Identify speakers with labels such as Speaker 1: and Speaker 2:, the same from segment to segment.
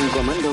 Speaker 1: Un comando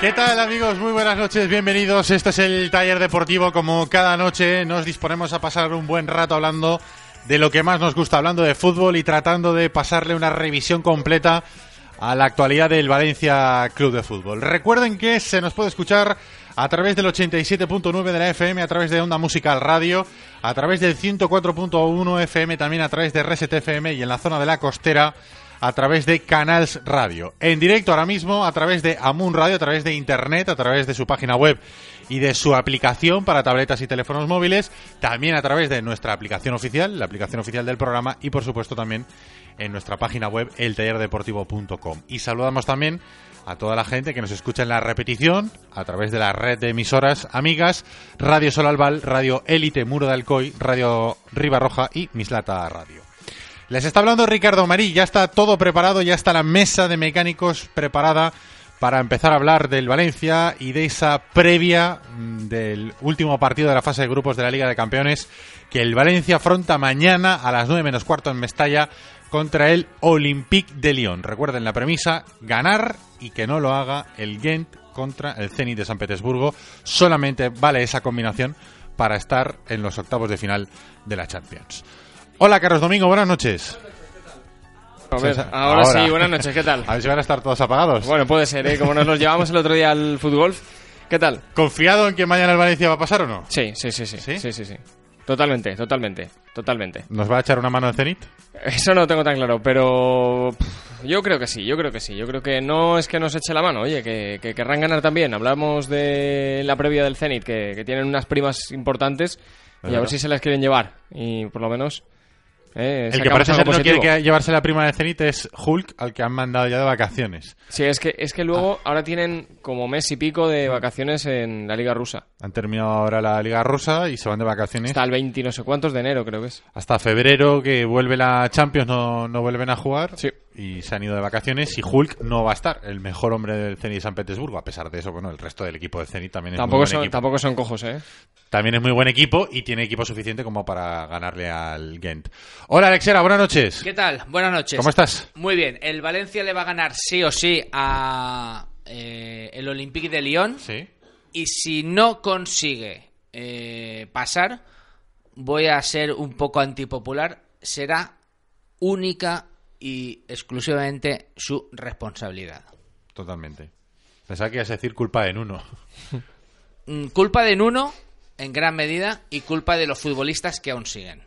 Speaker 2: ¿Qué tal amigos? Muy buenas noches, bienvenidos. Este es el taller deportivo. Como cada noche nos disponemos a pasar un buen rato hablando de lo que más nos gusta, hablando de fútbol y tratando de pasarle una revisión completa a la actualidad del Valencia Club de Fútbol. Recuerden que se nos puede escuchar a través del 87.9 de la FM, a través de Onda Musical Radio, a través del 104.1 FM, también a través de Reset FM y en la zona de la costera a través de Canals Radio. En directo ahora mismo a través de Amun Radio, a través de Internet, a través de su página web y de su aplicación para tabletas y teléfonos móviles, también a través de nuestra aplicación oficial, la aplicación oficial del programa y por supuesto también en nuestra página web eltallerdeportivo.com. Y saludamos también a toda la gente que nos escucha en la repetición a través de la red de emisoras amigas Radio Solalval, Radio Élite Muro de Alcoy, Radio Ribarroja y Mislata Radio. Les está hablando Ricardo Marí, ya está todo preparado, ya está la mesa de mecánicos preparada para empezar a hablar del Valencia y de esa previa mm, del último partido de la fase de grupos de la Liga de Campeones que el Valencia afronta mañana a las 9 menos cuarto en Mestalla contra el Olympique de Lyon. Recuerden la premisa, ganar y que no lo haga el Ghent contra el Zenit de San Petersburgo. Solamente vale esa combinación para estar en los octavos de final de la Champions. Hola, Carlos Domingo, buenas noches.
Speaker 3: A ver, ahora, ahora, sí, buenas noches, ¿qué tal?
Speaker 2: A ver si van a estar todos apagados.
Speaker 3: Bueno, puede ser, ¿eh? Como nos los llevamos el otro día al fútbol. ¿Qué tal?
Speaker 2: ¿Confiado en que mañana el Valencia va a pasar o no?
Speaker 3: Sí, sí, sí, sí. Sí, sí, sí. sí. Totalmente, totalmente, totalmente.
Speaker 2: ¿Nos va a echar una mano en Zenit?
Speaker 3: Eso no lo tengo tan claro, pero pff, yo creo que sí, yo creo que sí. Yo creo que no es que nos eche la mano, oye, que, que querrán ganar también. Hablamos de la previa del Zenit, que, que tienen unas primas importantes y a ver si se las quieren llevar. Y por lo menos.
Speaker 2: Eh, el que parece ser positivo. no quiere que llevarse la prima de Zenit es Hulk, al que han mandado ya de vacaciones.
Speaker 3: Sí, es que, es que luego ah. ahora tienen como mes y pico de vacaciones en la Liga Rusa.
Speaker 2: Han terminado este. ahora la Liga Rusa y se van de vacaciones.
Speaker 3: Hasta el 20 y no sé cuántos de enero, creo que es.
Speaker 2: Hasta febrero, que vuelve la Champions, no, no vuelven a jugar.
Speaker 3: Sí.
Speaker 2: Y se han ido de vacaciones y Hulk no va a estar, el mejor hombre del Zenit de San Petersburgo. A pesar de eso, bueno, el resto del equipo de Zenit también es
Speaker 3: tampoco
Speaker 2: muy este buen
Speaker 3: son, Tampoco son cojos, ¿eh?
Speaker 2: también es muy buen equipo y tiene equipo suficiente como para ganarle al Ghent. Hola, Alexera, buenas noches.
Speaker 4: ¿Qué tal? Buenas noches.
Speaker 2: ¿Cómo estás?
Speaker 4: Muy bien. El Valencia le va a ganar sí o sí a eh, el Olympique de Lyon.
Speaker 2: Sí.
Speaker 4: Y si no consigue eh, pasar, voy a ser un poco antipopular. Será única y exclusivamente su responsabilidad.
Speaker 2: Totalmente. Pensaba que ibas a decir culpa en uno.
Speaker 4: Mm, Culpa de Nuno, en gran medida, y culpa de los futbolistas que aún siguen.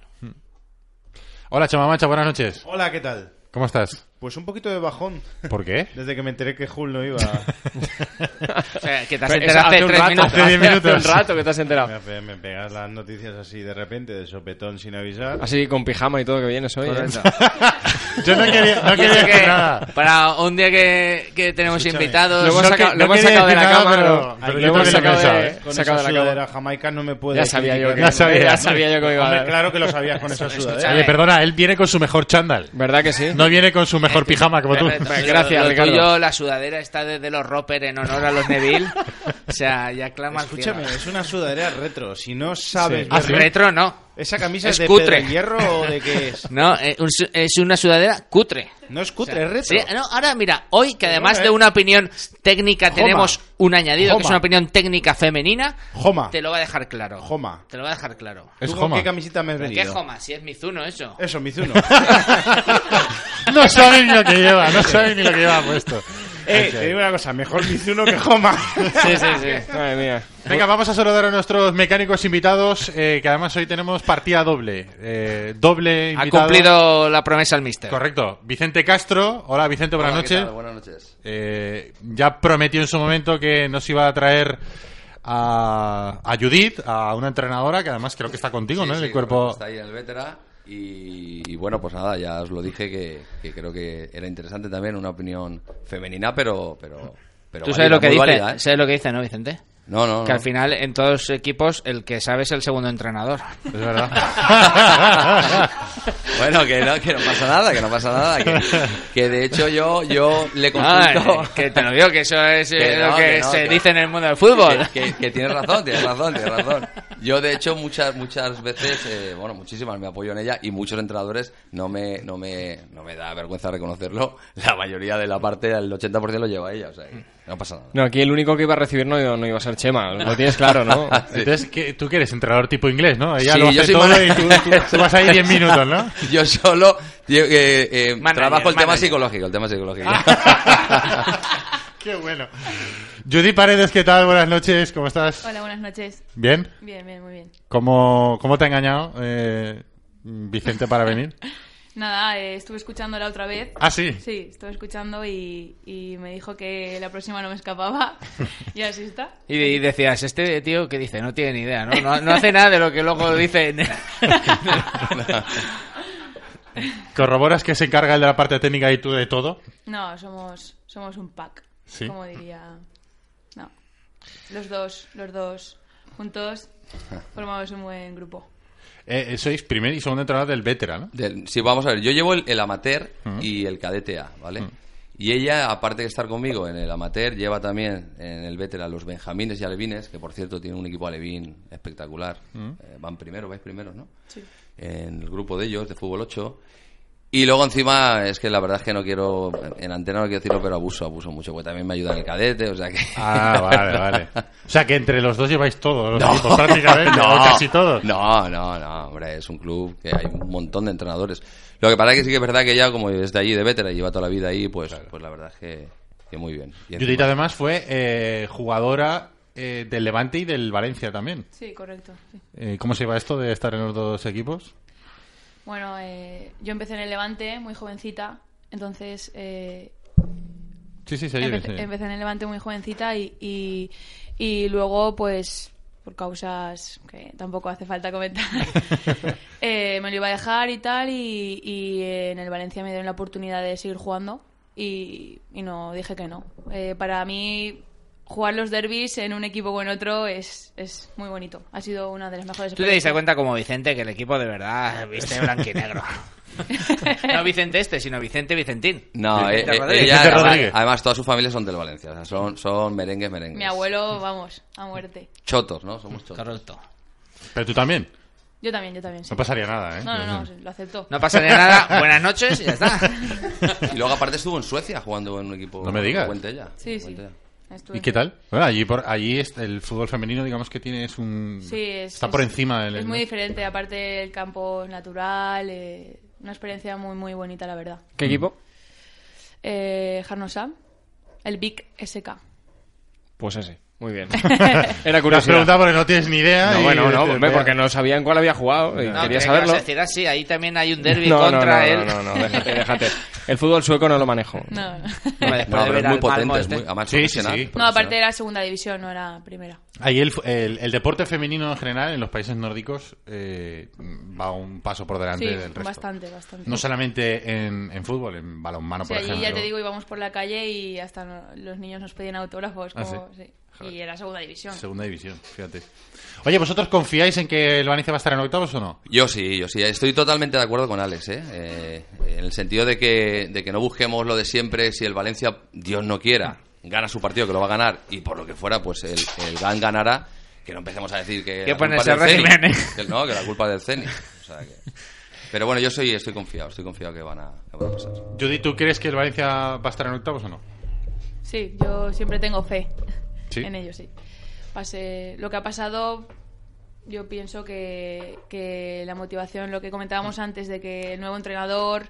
Speaker 2: Hola, Chamamacha, buenas noches.
Speaker 5: Hola, ¿qué tal?
Speaker 2: ¿Cómo estás?
Speaker 5: Pues un poquito de bajón.
Speaker 2: ¿Por qué?
Speaker 5: Desde que me enteré que Hull no iba.
Speaker 4: O sea, que te has
Speaker 3: Pero eso
Speaker 4: enterado hace
Speaker 3: hace un
Speaker 4: tres
Speaker 3: rato,
Speaker 4: minutos.
Speaker 2: hace diez minutos.
Speaker 3: un rato que te has
Speaker 5: me,
Speaker 3: enterado.
Speaker 5: hace- me pegas las noticias así de repente, de sopetón sin avisar.
Speaker 3: Así con pijama y todo que vienes hoy. ¿eh?
Speaker 5: Correcto.
Speaker 2: Yo no quería, no
Speaker 4: Y eso
Speaker 2: quería decir
Speaker 4: que
Speaker 2: nada.
Speaker 4: para un día que, que tenemos
Speaker 5: Escúchame.
Speaker 4: invitados,
Speaker 3: Luego
Speaker 2: No
Speaker 3: saca-
Speaker 2: que-
Speaker 3: lo
Speaker 2: no
Speaker 3: hemos
Speaker 2: quería
Speaker 3: sacado de la
Speaker 2: decir nada,
Speaker 3: cama,
Speaker 2: pero-
Speaker 3: pero-
Speaker 2: pero
Speaker 3: lo
Speaker 2: yo
Speaker 3: hemos
Speaker 2: creo que
Speaker 3: sacado
Speaker 2: lo
Speaker 3: de-
Speaker 2: pensaba, ¿eh?
Speaker 5: Con
Speaker 3: sacado
Speaker 5: esa
Speaker 3: de la cama.
Speaker 5: sudadera jamaicana no me puede.
Speaker 3: Ya sabía yo
Speaker 5: criticar.
Speaker 3: que
Speaker 2: Ya sabía.
Speaker 3: ya sabía yo que iba a
Speaker 5: Hombre,
Speaker 3: dar.
Speaker 5: claro que lo sabías con esa sudadera.
Speaker 2: Oye, perdona, él viene con su mejor chándal.
Speaker 3: ¿Verdad que sí?
Speaker 2: No viene con su mejor
Speaker 5: Este,
Speaker 2: pijama como tú.
Speaker 5: eh,
Speaker 4: Lo-
Speaker 3: Gracias,
Speaker 4: lo
Speaker 3: Ricardo.
Speaker 4: tuyo, la sudadera está desde los Roper en honor a los Neville. O sea, ya clama al
Speaker 5: Escúchame,
Speaker 4: cielo.
Speaker 5: es una sudadera retro. Si no sabes.
Speaker 2: Sí.
Speaker 5: ver-
Speaker 2: Ah, ¿sí?
Speaker 4: Retro no.
Speaker 5: ¿Esa camisa
Speaker 4: Es
Speaker 5: es de
Speaker 4: cutre.
Speaker 5: Pedro hierro o de qué es?
Speaker 4: No, eh, un su- es una sudadera cutre.
Speaker 5: No
Speaker 4: O
Speaker 5: es
Speaker 4: sea,
Speaker 5: cutre, es
Speaker 4: sí,
Speaker 5: retro.
Speaker 4: no, ahora mira, hoy que además
Speaker 5: no,
Speaker 4: de
Speaker 5: eh.
Speaker 4: una opinión técnica tenemos un añadido que
Speaker 5: Joma.
Speaker 4: es una opinión técnica femenina,
Speaker 5: Joma.
Speaker 4: te lo va a dejar claro.
Speaker 5: Joma.
Speaker 4: Te lo va a dejar claro.
Speaker 2: Es
Speaker 5: ¿Tú con
Speaker 2: Joma.
Speaker 5: qué camiseta me has
Speaker 4: ¿Pero ¿Qué
Speaker 5: venido?
Speaker 4: Joma? Si es Mizuno eso.
Speaker 5: Eso, Mizuno.
Speaker 2: No sabe ni lo que lleva, no sabe ni lo que lleva puesto.
Speaker 5: eh, te digo una cosa, mejor Mizuno que Joma.
Speaker 3: Sí, sí, sí. Madre mía.
Speaker 2: Venga, vamos a saludar a nuestros mecánicos invitados, eh, que además hoy tenemos partida doble. Eh, doble
Speaker 4: Ha
Speaker 2: invitado.
Speaker 4: cumplido la promesa el mister.
Speaker 2: Correcto. Vicente Castro. Hola, Vicente, buenas
Speaker 6: Hola, ¿qué
Speaker 2: noches.
Speaker 6: tal? Buenas noches.
Speaker 2: Eh, ya prometió en su momento que nos iba a traer a, a Judith, a una entrenadora que además creo que está contigo,
Speaker 6: Sí,
Speaker 2: ¿no? En
Speaker 6: sí,
Speaker 2: el cuerpo.
Speaker 6: Está ahí en el Vétera. Y, y bueno, pues nada, ya os lo dije que, que creo que era interesante también una opinión femenina, pero. pero, pero
Speaker 4: ¿Tú
Speaker 6: válida,
Speaker 4: sabes lo que
Speaker 6: muy
Speaker 4: dice?
Speaker 6: válida, ¿eh?
Speaker 4: ¿Sabes lo que dice, no, Vicente?
Speaker 6: No, no.
Speaker 4: Que al
Speaker 6: no.
Speaker 4: final en todos los equipos el que sabe es el segundo entrenador.
Speaker 2: Es verdad.
Speaker 6: Bueno, que no, que no pasa nada, que no pasa nada. Que, que de hecho yo, yo le consulto.
Speaker 4: Ay, que te lo digo, que eso es
Speaker 6: Que
Speaker 4: eh,
Speaker 6: no,
Speaker 4: lo que,
Speaker 6: que no,
Speaker 4: se
Speaker 6: que-
Speaker 4: dice en el mundo del fútbol.
Speaker 6: Que, que- que tienes razón, tienes razón, tienes razón. Yo, de hecho, muchas muchas veces, eh, bueno, muchísimas me apoyo en ella y muchos entrenadores, no me, no me, no me da vergüenza reconocerlo, la mayoría de la parte, el 80% lo lleva ella, o sea, que no pasa nada.
Speaker 3: No, aquí el único que iba a recibir no, iba- no iba a ser Chema. Lo tienes claro, ¿no?
Speaker 2: Entonces, ¿qué- tú que eres entrenador tipo inglés, ¿no? Ella
Speaker 6: Sí,
Speaker 2: lo
Speaker 6: yo
Speaker 2: hace
Speaker 6: soy
Speaker 2: todo y
Speaker 6: manager.
Speaker 2: tú, tú- tú vas ahí 10 minutos, ¿no?
Speaker 6: Yo solo tío, eh, eh,
Speaker 4: Manager,
Speaker 6: trabajo el tema
Speaker 4: manager. Ah.
Speaker 6: psicológico, el tema psicológico.
Speaker 2: Qué bueno. Judy Paredes, ¿qué tal? Buenas noches, ¿cómo estás?
Speaker 7: Hola, buenas noches.
Speaker 2: ¿Bien?
Speaker 7: Bien, bien, muy bien.
Speaker 2: ¿Cómo, cómo te ha engañado eh, Vicente para venir?
Speaker 7: Nada, eh, estuve escuchándola otra vez.
Speaker 2: Ah, sí.
Speaker 7: Sí, estuve escuchando y, y me dijo que la próxima no me escapaba. y así está.
Speaker 4: Y, y decías, este tío que dice, no tiene ni idea, ¿no? No, no hace nada de lo que luego dice. en-
Speaker 2: ¿Corroboras que se encarga el de la parte técnica y tú de todo?
Speaker 7: No, somos, somos un pack.
Speaker 2: Sí.
Speaker 7: Como diría. No. Los dos, los dos juntos formamos un buen grupo.
Speaker 2: Eh, eh, sois primer y segundo entrenador del veterano. Mm.
Speaker 6: Del- sí, vamos a ver, yo llevo el, el amateur y el cadete A, ¿vale? Y ella, aparte de estar conmigo en el amateur, lleva también en el veterano a los benjamines y alevines, que por cierto tiene un equipo alevín espectacular.
Speaker 2: Mm.
Speaker 6: Eh, van primero, vais primero, ¿no?
Speaker 7: Sí.
Speaker 6: en el grupo de ellos, de Fútbol 8. Y luego encima, es que la verdad es que no quiero, en antena no quiero decirlo, pero abuso, abuso mucho, porque también me ayuda en el cadete, o sea que...
Speaker 2: Ah, vale, vale. O sea que entre los dos lleváis todos los
Speaker 6: No.
Speaker 2: equipos, prácticamente, o casi todos.
Speaker 6: No, no, no, hombre, es un club que hay un montón de entrenadores. Lo que pasa es que sí que es verdad que ya, como desde allí de Vétera, lleva toda la vida ahí, pues, pues la verdad es que, que muy bien. Y encima-
Speaker 2: Judith además fue eh, jugadora eh, del Levante y del Valencia también.
Speaker 7: Sí, correcto. sí.
Speaker 2: Eh, ¿Cómo se iba esto de estar en los dos equipos?
Speaker 7: Bueno, eh, yo empecé en el Levante muy jovencita, entonces eh,
Speaker 2: Sí, sí, se
Speaker 7: Empe- Empecé, en el Levante muy jovencita y, y, y luego, pues, por causas que tampoco hace falta comentar, eh, me lo iba a dejar y tal, y, y en el Valencia me dieron la oportunidad de seguir jugando y, y no, dije que no. Eh, para mí, jugar los derbis en un equipo o en otro es, es muy bonito. Ha sido una de las mejores
Speaker 4: Tú te diste
Speaker 7: experiencias.
Speaker 4: cuenta como Vicente que el equipo de verdad viste blanquinegro. No Vicente este, sino Vicente Vicentín.
Speaker 6: No, eh,
Speaker 4: Vicente
Speaker 6: eh,
Speaker 4: Rodríguez.
Speaker 6: ella,
Speaker 2: Vicente
Speaker 6: además,
Speaker 2: Rodríguez.
Speaker 6: además, toda su familia son del Valencia, o sea, son, son merengues, merengues.
Speaker 7: Mi abuelo, vamos, a muerte.
Speaker 6: Chotos, ¿no? Somos chotos.
Speaker 4: Correcto.
Speaker 2: Pero tú también.
Speaker 7: Yo también, yo también. sí.
Speaker 2: No pasaría nada, ¿eh?
Speaker 7: No, no, no, sí, lo acepto.
Speaker 4: No pasa ni nada, buenas noches y ya está.
Speaker 6: Y luego aparte estuvo en Suecia jugando en un equipo.
Speaker 2: No me digas.
Speaker 6: Cuentella.
Speaker 7: Sí, sí.
Speaker 6: Cuentella.
Speaker 7: Estuve-
Speaker 2: ¿Y qué tal? Bueno, allí, por, allí es- el fútbol femenino, digamos que tiene es un...
Speaker 7: Sí, es-
Speaker 2: está
Speaker 7: es-
Speaker 2: por encima del...
Speaker 7: Es muy diferente, aparte el campo es natural, eh, una experiencia muy, muy bonita, la verdad.
Speaker 3: ¿Qué equipo?
Speaker 2: Mm.
Speaker 7: Eh, Harnosam, el Big SK.
Speaker 3: Pues ese. Muy bien. Era
Speaker 2: Te has
Speaker 3: curiosidad.
Speaker 2: preguntado porque no tienes ni idea.
Speaker 3: No,
Speaker 2: y-
Speaker 3: bueno, no,
Speaker 2: te-
Speaker 3: hombre,
Speaker 2: te-
Speaker 3: porque no sabían cuál había jugado y
Speaker 4: No,
Speaker 3: quería
Speaker 4: ¿qué
Speaker 3: saberlo.
Speaker 4: vas a decir así, ahí también hay un derby
Speaker 3: No, no,
Speaker 4: contra
Speaker 3: no,
Speaker 4: él.
Speaker 3: no, no, no, déjate, déjate. El fútbol sueco no lo manejo.
Speaker 7: No, no.
Speaker 4: Hombre,
Speaker 6: No,
Speaker 4: después de
Speaker 6: pero
Speaker 4: ver
Speaker 6: es muy
Speaker 4: al Malmo
Speaker 6: potente, es
Speaker 4: este-
Speaker 6: muy, además
Speaker 2: Sí, sí,
Speaker 6: profesional,
Speaker 2: sí. No,
Speaker 7: No,
Speaker 6: profesional.
Speaker 7: aparte era segunda división, no era primera.
Speaker 2: Ahí el, fu- el- el deporte femenino en general en los países nórdicos eh, va un paso por delante
Speaker 7: Sí,
Speaker 2: del resto.
Speaker 7: bastante, bastante.
Speaker 2: No solamente en, en fútbol, en balonmano,
Speaker 7: O sea,
Speaker 2: por
Speaker 7: allí
Speaker 2: ejemplo.
Speaker 7: ya te digo, íbamos por la calle y hasta no- los niños nos pedían autógrafos.
Speaker 2: Ah,
Speaker 7: como-
Speaker 2: ¿sí?
Speaker 7: sí. Y era segunda división.
Speaker 2: Segunda división, fíjate. Oye, ¿vosotros confiáis en que el Valencia va a estar en octavos o no?
Speaker 6: Yo sí, yo sí. Estoy totalmente de acuerdo con Alex, ¿eh? Eh, en el sentido de que, de que no busquemos lo de siempre. Si el Valencia, Dios no quiera, gana su partido, que lo va a ganar, y por lo que fuera, pues el, el GAN ganará. Que no empecemos a decir que.
Speaker 4: Que
Speaker 6: la
Speaker 4: pone
Speaker 6: culpa
Speaker 4: ese
Speaker 6: es del Zenit.
Speaker 4: régimen, ¿eh?
Speaker 6: Que no, que la culpa es del Zenit. O sea que- Pero bueno, yo soy, estoy confiado, estoy confiado que van a, que van a pasar.
Speaker 2: Judy, ¿tú crees que el Valencia va a estar en octavos o no?
Speaker 7: Sí, yo siempre tengo fe
Speaker 2: Sí.
Speaker 7: en ello, sí. Pase lo que ha pasado, yo pienso que, que la motivación, lo que comentábamos
Speaker 6: Mm.
Speaker 7: antes de que el nuevo entrenador,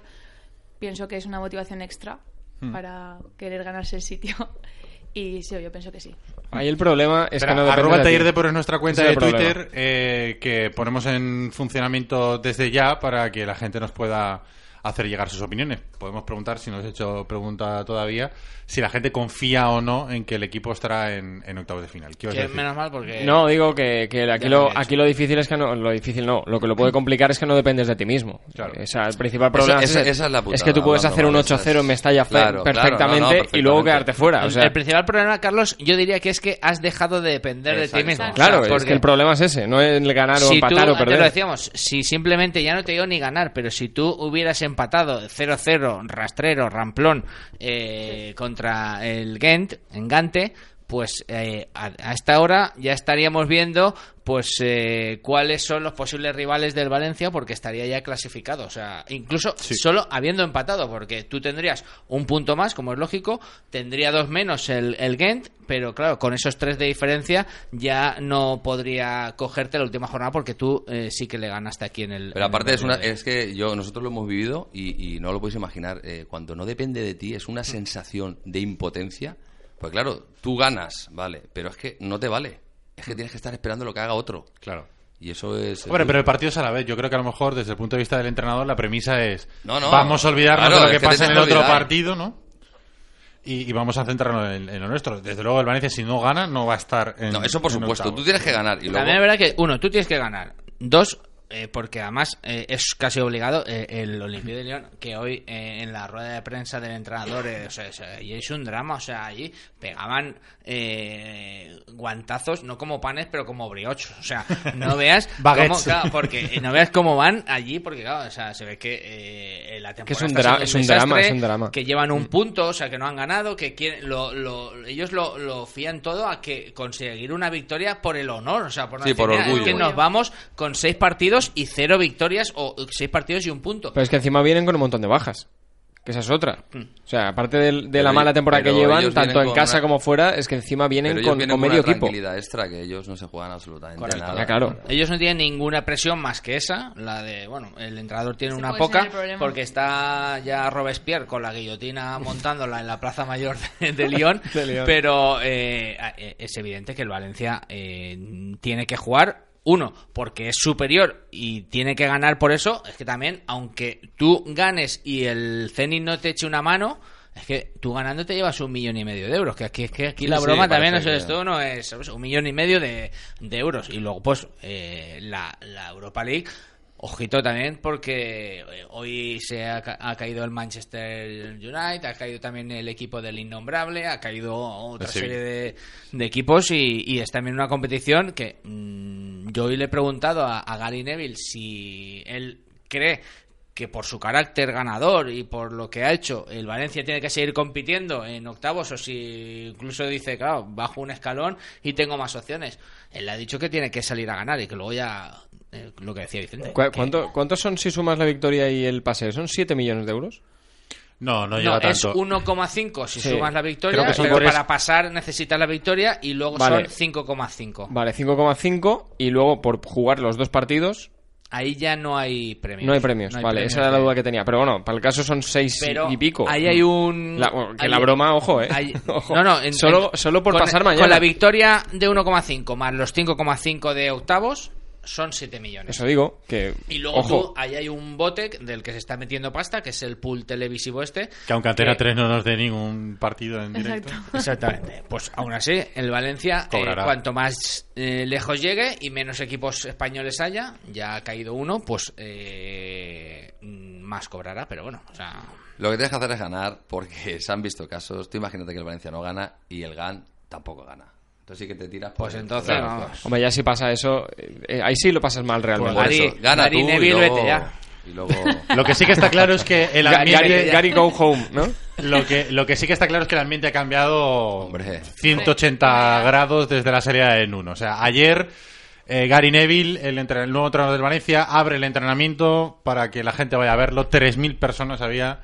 Speaker 7: pienso que es una motivación extra
Speaker 6: Mm.
Speaker 7: para querer ganarse el sitio. Y sí, yo pienso que sí.
Speaker 3: Ahí el problema es
Speaker 2: Espera,
Speaker 3: que no depende
Speaker 2: arroba
Speaker 3: de ti.
Speaker 2: taller de por es nuestra cuenta
Speaker 3: Ese
Speaker 2: de
Speaker 3: es el problema.
Speaker 2: Twitter eh, que ponemos en funcionamiento desde ya para que la gente nos pueda hacer llegar sus opiniones. Podemos preguntar, si no has hecho pregunta todavía, si la gente confía o no en que el equipo estará en, en octavos de final. ¿Qué ibas a
Speaker 4: Que
Speaker 2: decir?
Speaker 4: menos mal
Speaker 2: eh.
Speaker 4: porque...
Speaker 3: No, digo que, que aquí,
Speaker 4: Ya
Speaker 3: lo,
Speaker 4: lo he hecho.
Speaker 3: aquí lo difícil es que no, lo difícil no, lo que lo puede complicar es que no dependes de ti mismo.
Speaker 2: Claro.
Speaker 3: O sea, el principal problema
Speaker 6: Esa-
Speaker 3: es, ese.
Speaker 6: esa es la putada,
Speaker 3: que tú puedes
Speaker 6: hablando
Speaker 3: hacer un
Speaker 6: mal, esa
Speaker 3: 8-0 en
Speaker 6: es-
Speaker 3: Mestalla fe-
Speaker 6: Claro, claro,
Speaker 3: perfectamente,
Speaker 6: no, no,
Speaker 3: y luego
Speaker 6: perfectamente.
Speaker 3: quedarte fuera. O
Speaker 4: El-
Speaker 3: sea,
Speaker 4: el principal problema, Carlos, yo diría que es que has dejado de depender de
Speaker 6: Exacto.
Speaker 4: ti mismo.
Speaker 3: claro,
Speaker 4: O sea,
Speaker 3: es que el problema es ese, no el ganar o
Speaker 4: si tú,
Speaker 3: empatar o
Speaker 4: antes lo
Speaker 3: perder.
Speaker 4: decíamos, si simplemente ya no te digo ni ganar, pero si tú hubieras empatado 0-0, rastrero, ramplón eh, contra el Gent, en Gante, pues eh, a, a esta hora ya estaríamos viendo pues eh, cuáles son los posibles rivales del Valencia porque estaría ya clasificado, o sea, incluso solo habiendo empatado, porque tú tendrías un punto más, como es lógico, tendría dos menos el, el Gent, pero claro, con esos tres de diferencia ya no podría cogerte la última jornada porque tú eh, sí que le ganaste aquí en el...
Speaker 6: Pero
Speaker 4: en el
Speaker 6: aparte es una,
Speaker 4: Bernabéu.
Speaker 6: es que yo nosotros lo hemos vivido y, y no lo podéis imaginar. eh, cuando no depende de ti es una sensación de impotencia. Pues claro, tú ganas, vale, pero es que no te vale. Es que tienes que estar esperando lo que haga otro.
Speaker 2: Claro.
Speaker 6: Y eso es.
Speaker 2: Hombre, pero el partido es a la vez. Yo creo que a lo mejor desde el punto de vista del entrenador la premisa es
Speaker 6: No, no.
Speaker 2: vamos a olvidarnos
Speaker 6: Claro,
Speaker 2: de lo
Speaker 6: es
Speaker 2: que,
Speaker 6: que
Speaker 2: pasa en
Speaker 6: tienes
Speaker 2: el
Speaker 6: que
Speaker 2: otro
Speaker 6: olvidar.
Speaker 2: partido, ¿no? Y, y vamos a centrarnos en, en lo nuestro. Desde luego el Valencia si no gana no va a estar en
Speaker 6: No, eso por
Speaker 2: en
Speaker 6: supuesto.
Speaker 2: octavos.
Speaker 6: Tú tienes que ganar. Y luego,
Speaker 4: También es verdad que, uno, tú tienes que ganar. Dos, eh, porque además eh, es casi obligado eh, el Olympique de León, que hoy eh, en la rueda de prensa del entrenador, eh, o sea, es, eh, y es un drama, o sea, allí pegaban eh, guantazos, no como panes, pero como briochos, o sea, no veas cómo,
Speaker 2: Baguettes.
Speaker 4: claro, porque eh, no veas cómo van allí, porque claro, o sea, se ve que eh, la temporada
Speaker 3: Que es un
Speaker 4: está siendo
Speaker 3: dra- es un drama,
Speaker 4: desastre,
Speaker 3: es un drama.
Speaker 4: que llevan un punto, o sea, que no han ganado, que quieren- lo- lo- ellos lo, lo fían todo a que conseguir una victoria por el honor, o sea, por no
Speaker 6: Sí,
Speaker 4: decir,
Speaker 6: por
Speaker 4: "Mira, es
Speaker 6: orgullo".
Speaker 4: que nos vamos con seis partidos y cero victorias o seis partidos y un punto.
Speaker 3: Pero es que encima vienen con un montón de bajas. Que esa es otra. O sea, aparte del- de,
Speaker 6: Hmm.
Speaker 3: la
Speaker 6: Pero-
Speaker 3: mala temporada que
Speaker 6: pero
Speaker 3: llevan,
Speaker 6: ellos
Speaker 3: tanto
Speaker 6: vienen con
Speaker 3: en casa
Speaker 6: una-
Speaker 3: como fuera, es que encima
Speaker 6: pero
Speaker 3: vienen
Speaker 6: ellos
Speaker 3: con,
Speaker 6: vienen
Speaker 3: con
Speaker 6: con
Speaker 3: medio
Speaker 6: una
Speaker 3: equipo.
Speaker 6: tranquilidad extra que ellos no se juegan absolutamente nada.
Speaker 3: Ya, claro.
Speaker 4: Ellos no tienen ninguna presión más que esa, la de, bueno, el entrenador tiene
Speaker 7: Ese
Speaker 4: una
Speaker 7: puede ser
Speaker 4: poca,
Speaker 7: el problema.
Speaker 4: porque está ya Robespierre con la guillotina montándola en la Plaza Mayor de, de Lyon, pero eh, eh, es evidente que el Valencia eh, tiene que jugar, uno, porque es superior y tiene que ganar por eso, es que también, aunque tú ganes y el Zenit no te eche una mano... Es que tú ganando te llevas un millón y medio de euros, que aquí, es que aquí
Speaker 6: Sí,
Speaker 4: la
Speaker 6: sí,
Speaker 4: broma también
Speaker 6: parece
Speaker 4: eso es
Speaker 6: que-
Speaker 4: todo no es ¿sabes? un millón y medio de, de euros. Y luego, pues, eh, la, la Europa League. Ojito también porque eh, hoy se ha, ca- ha caído el Manchester United, ha caído también el equipo del Innombrable, ha caído otra
Speaker 2: El Sevilla.
Speaker 4: serie de, de equipos y, y es también una competición que mm, yo hoy le he preguntado a, a Gary Neville si él cree que por su carácter ganador y por lo que ha hecho, el Valencia tiene que seguir compitiendo en octavos o si incluso dice, claro, bajo un escalón y tengo más opciones. Él ha dicho que tiene que salir a ganar y que luego ya eh, lo que decía Vicente.
Speaker 3: ¿Cu-
Speaker 4: que-
Speaker 3: cuánto- ¿Cuántos son si sumas la victoria y el pase? ¿Son 7 millones de euros?
Speaker 2: No, no llega
Speaker 4: No, es
Speaker 2: tanto.
Speaker 4: 1,5 si
Speaker 3: Sí.
Speaker 4: sumas la victoria,
Speaker 3: Creo que son
Speaker 4: pero
Speaker 3: por
Speaker 4: para
Speaker 3: eso.
Speaker 4: pasar necesitas la victoria y luego son
Speaker 3: Vale.
Speaker 4: 5,5.
Speaker 3: Vale, 5,5 y luego por jugar los dos partidos
Speaker 4: Ahí ya no hay premios.
Speaker 3: no hay premios. vale, esa era la duda que tenía. Pero bueno, para el caso son 6
Speaker 4: Pero
Speaker 3: y pico. Mm.
Speaker 4: ahí hay un...
Speaker 3: La, bueno, que la
Speaker 4: hay-
Speaker 3: broma, ojo, eh.
Speaker 4: Hay-
Speaker 3: Ojo.
Speaker 4: No, no, en-
Speaker 3: solo,
Speaker 4: en-
Speaker 3: solo por
Speaker 4: con-
Speaker 3: pasar mañana.
Speaker 4: Con la victoria de 1,5 más los 5,5 de octavos son 7 millones.
Speaker 3: Eso digo, que.
Speaker 4: Y luego tú,
Speaker 3: ojo,
Speaker 4: ahí hay un bote del que se está metiendo pasta, que es el pool televisivo este.
Speaker 2: Que aunque Antena
Speaker 4: que-
Speaker 2: 3 no nos dé ningún partido en directo.
Speaker 7: Exacto.
Speaker 4: Exactamente. Pues aún así, el Valencia, eh,
Speaker 2: Cobrará.
Speaker 4: cuanto más eh, lejos llegue y menos equipos españoles haya, ya ha caído uno, pues eh, más cobrará, pero bueno, o sea...
Speaker 6: Lo que tienes que hacer es ganar, porque se han visto casos. Tú imagínate que el Valencia no gana y el GAN tampoco gana. Entonces sí que te tiras. por
Speaker 4: Pues
Speaker 6: el-
Speaker 4: entonces,
Speaker 6: Claro,
Speaker 4: vamos.
Speaker 3: Hombre, ya si pasa eso. eh, eh, ahí sí lo pasas mal realmente.
Speaker 6: Por
Speaker 4: Pues Gary-
Speaker 6: eso, gana
Speaker 4: Gary
Speaker 6: tú y
Speaker 4: Neville,
Speaker 6: luego-
Speaker 4: vete ya.
Speaker 6: Y luego...
Speaker 2: Lo que sí que está claro es que el
Speaker 3: Ga- Gary,
Speaker 2: ambiente...
Speaker 3: Gary go home, ¿no?
Speaker 2: Lo que, lo que sí que está claro es que el ambiente ha cambiado
Speaker 6: Hombre.
Speaker 2: 180 grados desde la serie en uno. O sea, ayer eh, Gary Neville, el, entre- el nuevo entrenador del Valencia, abre el entrenamiento para que la gente vaya a verlo. 3.000 personas había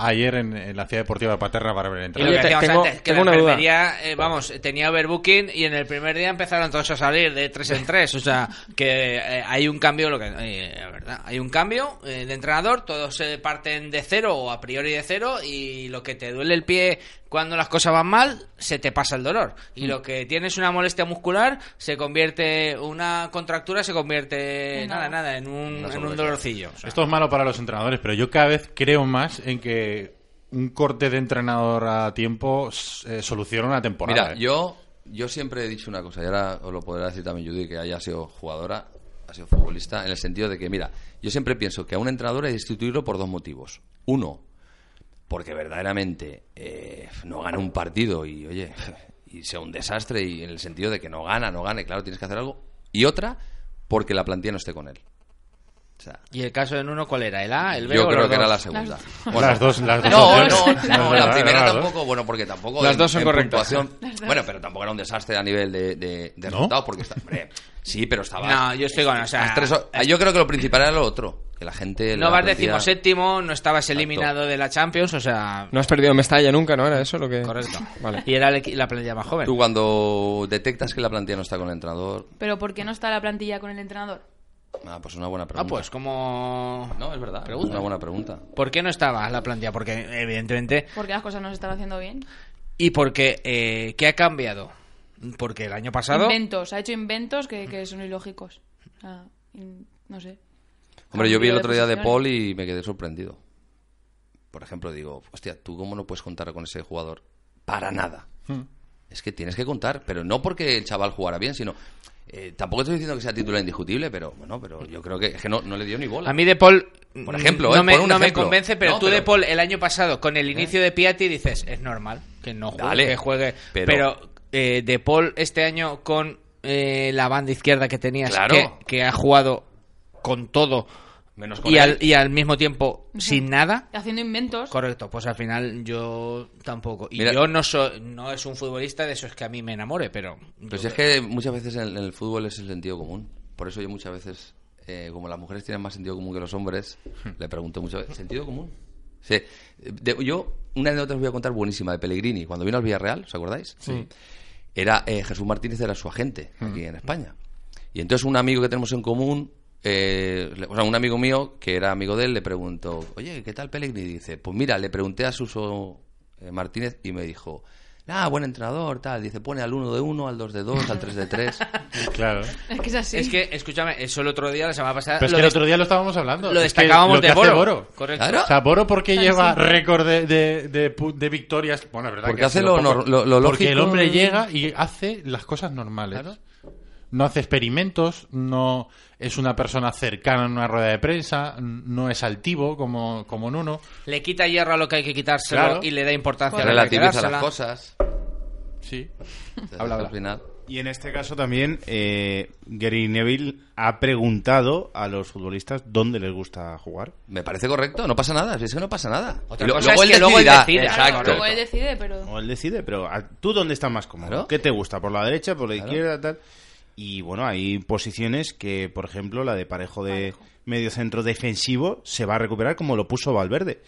Speaker 2: ayer en, en la ciudad deportiva de Paterra para ver el
Speaker 4: Y lo que
Speaker 3: Oye,
Speaker 2: entrenamiento.
Speaker 3: te-
Speaker 4: decíamos
Speaker 3: tengo-
Speaker 4: antes, que
Speaker 3: tengo
Speaker 4: la
Speaker 3: una duda.
Speaker 4: enfermería, eh, vamos, tenía overbooking y en el primer día empezaron todos a salir de tres en tres. O sea, que eh, hay un cambio, lo que, eh, la verdad, hay un cambio eh, de entrenador, todos se parten de cero o a priori de cero y lo que te duele el pie cuando las cosas van mal, se te pasa el dolor.
Speaker 3: Mm.
Speaker 4: Y lo que tienes una molestia muscular, se convierte, una contractura se convierte,
Speaker 7: En
Speaker 4: nada,
Speaker 7: nada.
Speaker 4: nada, en un,
Speaker 6: Una
Speaker 4: en un
Speaker 6: sobredosis.
Speaker 4: dolorcillo. O sea,
Speaker 2: Esto es malo para los entrenadores, pero yo cada vez creo más en que un corte de entrenador a tiempo eh, soluciona una temporada.
Speaker 6: Mira,
Speaker 2: ¿eh?
Speaker 6: yo, yo siempre he dicho una cosa, y ahora os lo podrá decir también Judy, que haya sido jugadora, ha sido futbolista, en el sentido de que, mira, yo siempre pienso que a un entrenador hay que destituirlo por dos motivos. Uno, porque verdaderamente eh, no gana un partido y, oye, y sea un desastre, y en el sentido de que no gana, no gane, claro, tienes que hacer algo. Y otra, porque la plantilla no esté con él. O sea,
Speaker 4: ¿Y el caso en uno cuál era? ¿El A? ¿El B?
Speaker 6: yo
Speaker 4: o
Speaker 6: creo
Speaker 4: los
Speaker 6: que era
Speaker 4: dos?
Speaker 6: la segunda. Bueno,
Speaker 2: Las dos, las dos
Speaker 6: no,
Speaker 2: opciones.
Speaker 6: no, no, la
Speaker 2: verdad,
Speaker 6: primera
Speaker 2: verdad.
Speaker 6: tampoco, bueno, porque tampoco.
Speaker 3: Las
Speaker 6: en-
Speaker 3: dos son
Speaker 6: en
Speaker 3: correctas.
Speaker 6: puntuación- Bueno, pero tampoco era un desastre a nivel de, de, de
Speaker 2: ¿No?
Speaker 6: resultado, porque está, hombre, sí, pero estaba.
Speaker 4: No, yo estoy con, o sea,
Speaker 6: las tres o- ah, yo creo que lo principal era lo otro, que la gente.
Speaker 4: No
Speaker 6: la
Speaker 4: vas
Speaker 6: plantilla-
Speaker 4: decimoséptimo, no estabas
Speaker 6: Exacto.
Speaker 4: eliminado de la Champions, o sea,
Speaker 3: No has perdido Mestalla nunca, ¿no? Era eso lo que.
Speaker 4: correcto.
Speaker 3: Vale.
Speaker 4: Y era el equi- la plantilla más joven.
Speaker 6: Tú cuando detectas que la plantilla no está con el entrenador,
Speaker 7: Pero ¿por qué no está la plantilla con el entrenador?
Speaker 6: ah, pues una buena
Speaker 4: Ah,
Speaker 6: pregunta.
Speaker 4: pues como...
Speaker 6: No, es verdad.
Speaker 4: Pregunta.
Speaker 6: Una buena pregunta.
Speaker 4: ¿Por qué no estabas la plantilla? Porque, evidentemente...
Speaker 7: Porque las cosas no se están haciendo bien.
Speaker 4: Y porque... Eh, ¿Qué ha cambiado? Porque el año pasado...
Speaker 7: Inventos, ha hecho inventos que,
Speaker 6: Mm.
Speaker 7: que son ilógicos. Ah, in- no sé.
Speaker 4: ah,
Speaker 6: Hombre, yo vi el
Speaker 7: Cambio
Speaker 6: otro día de
Speaker 7: posición.
Speaker 6: Paul y me quedé sorprendido. Por ejemplo, digo, hostia, ¿tú cómo no puedes contar con ese jugador? Para nada. Es que tienes que contar, pero no porque el chaval jugara bien, sino... eh, tampoco estoy diciendo que sea titular indiscutible, pero bueno, pero yo creo que, es que no, no le dio ni bola.
Speaker 4: A mí De Paul...
Speaker 6: Por ejemplo,
Speaker 4: mm,
Speaker 6: ¿eh?
Speaker 4: no, me,
Speaker 6: Por un
Speaker 4: no me
Speaker 6: ejemplo.
Speaker 4: convence, pero
Speaker 6: No,
Speaker 4: tú
Speaker 6: pero-
Speaker 4: De Paul el año pasado, con el inicio de Piatti, dices, es normal que no juegue.
Speaker 6: Dale,
Speaker 4: que juegue. Pero,
Speaker 6: pero-
Speaker 4: eh, De Paul este año con eh, la banda izquierda que tenías,
Speaker 6: Claro.
Speaker 4: que, que ha jugado con todo
Speaker 6: Menos con
Speaker 4: y
Speaker 6: él.
Speaker 4: al, y al mismo tiempo sin nada.
Speaker 7: Haciendo inventos.
Speaker 4: Correcto, pues al final yo tampoco. Y
Speaker 6: Mira-
Speaker 4: yo no soy, no es un futbolista de esos que a mí me enamore, pero. yo-
Speaker 6: Pues es que muchas veces en, en el fútbol es el sentido común. Por eso yo muchas veces, eh, como las mujeres tienen más sentido común que los hombres,
Speaker 4: Hmm.
Speaker 6: le pregunto muchas veces, ¿sentido común? Sí. Eh, de- yo, una anécdota os voy a contar buenísima de Pellegrini. Cuando vino al Villarreal, ¿os acordáis? Sí. Era, eh, Jesús Martínez era su agente aquí en España. Y entonces un amigo que tenemos en común, eh, le- o sea, un amigo mío que era amigo de él, le preguntó, oye, ¿qué tal Pellegrini? Y dice, pues mira, le pregunté a Suso eh, Martínez y me dijo, ah, buen entrenador, tal. Dice, pone al 1 de 1, al 2 de 2, al 3 de 3.
Speaker 2: Claro.
Speaker 7: Es que es así.
Speaker 4: Es que, escúchame, eso el otro día, la semana pasada.
Speaker 2: Pero es
Speaker 4: lo
Speaker 2: que el
Speaker 4: des-
Speaker 2: otro día lo estábamos hablando.
Speaker 4: lo
Speaker 2: Es que
Speaker 4: destacábamos
Speaker 2: lo que
Speaker 4: de
Speaker 2: hace
Speaker 4: Boro.
Speaker 2: Boro.
Speaker 4: Correcto.
Speaker 6: Claro.
Speaker 2: O sea, Boro porque
Speaker 7: Tan
Speaker 2: lleva
Speaker 7: simple.
Speaker 2: récord de, de- de pu- de victorias. Bueno, es verdad
Speaker 6: Porque
Speaker 2: que ha
Speaker 6: hace
Speaker 2: sido
Speaker 6: lo
Speaker 2: poco.
Speaker 6: nor- lo- lo
Speaker 2: Porque el
Speaker 6: lógico.
Speaker 2: hombre llega y hace las cosas normales. No hace experimentos, no es una persona cercana en una rueda de prensa, no es altivo como, como en uno.
Speaker 4: Le quita hierro a lo que hay que quitárselo
Speaker 2: Claro.
Speaker 4: y le da importancia a lo que hay que
Speaker 6: Relativiza
Speaker 4: dársela.
Speaker 6: las cosas.
Speaker 2: Sí.
Speaker 6: Entonces,
Speaker 2: Habla,
Speaker 6: al
Speaker 2: habla.
Speaker 6: final.
Speaker 5: Y en este caso también, eh, Gary Neville ha preguntado a los futbolistas dónde les gusta jugar.
Speaker 6: Me parece correcto, no pasa nada, si es que no pasa nada.
Speaker 4: Otra
Speaker 6: Y lo-
Speaker 4: cosa
Speaker 6: luego
Speaker 4: es
Speaker 6: él
Speaker 4: que luego él
Speaker 6: decidirá,
Speaker 4: decida.
Speaker 7: Claro,
Speaker 6: Exacto.
Speaker 7: luego él decide, pero...
Speaker 5: O él decide, pero ¿a- ¿tú dónde estás más cómodo?
Speaker 6: Claro.
Speaker 5: ¿Qué te gusta? ¿Por la derecha? ¿Por la izquierda? Tal. Y bueno, hay posiciones que, por ejemplo, la de parejo de medio centro defensivo se va a recuperar como lo puso Valverde.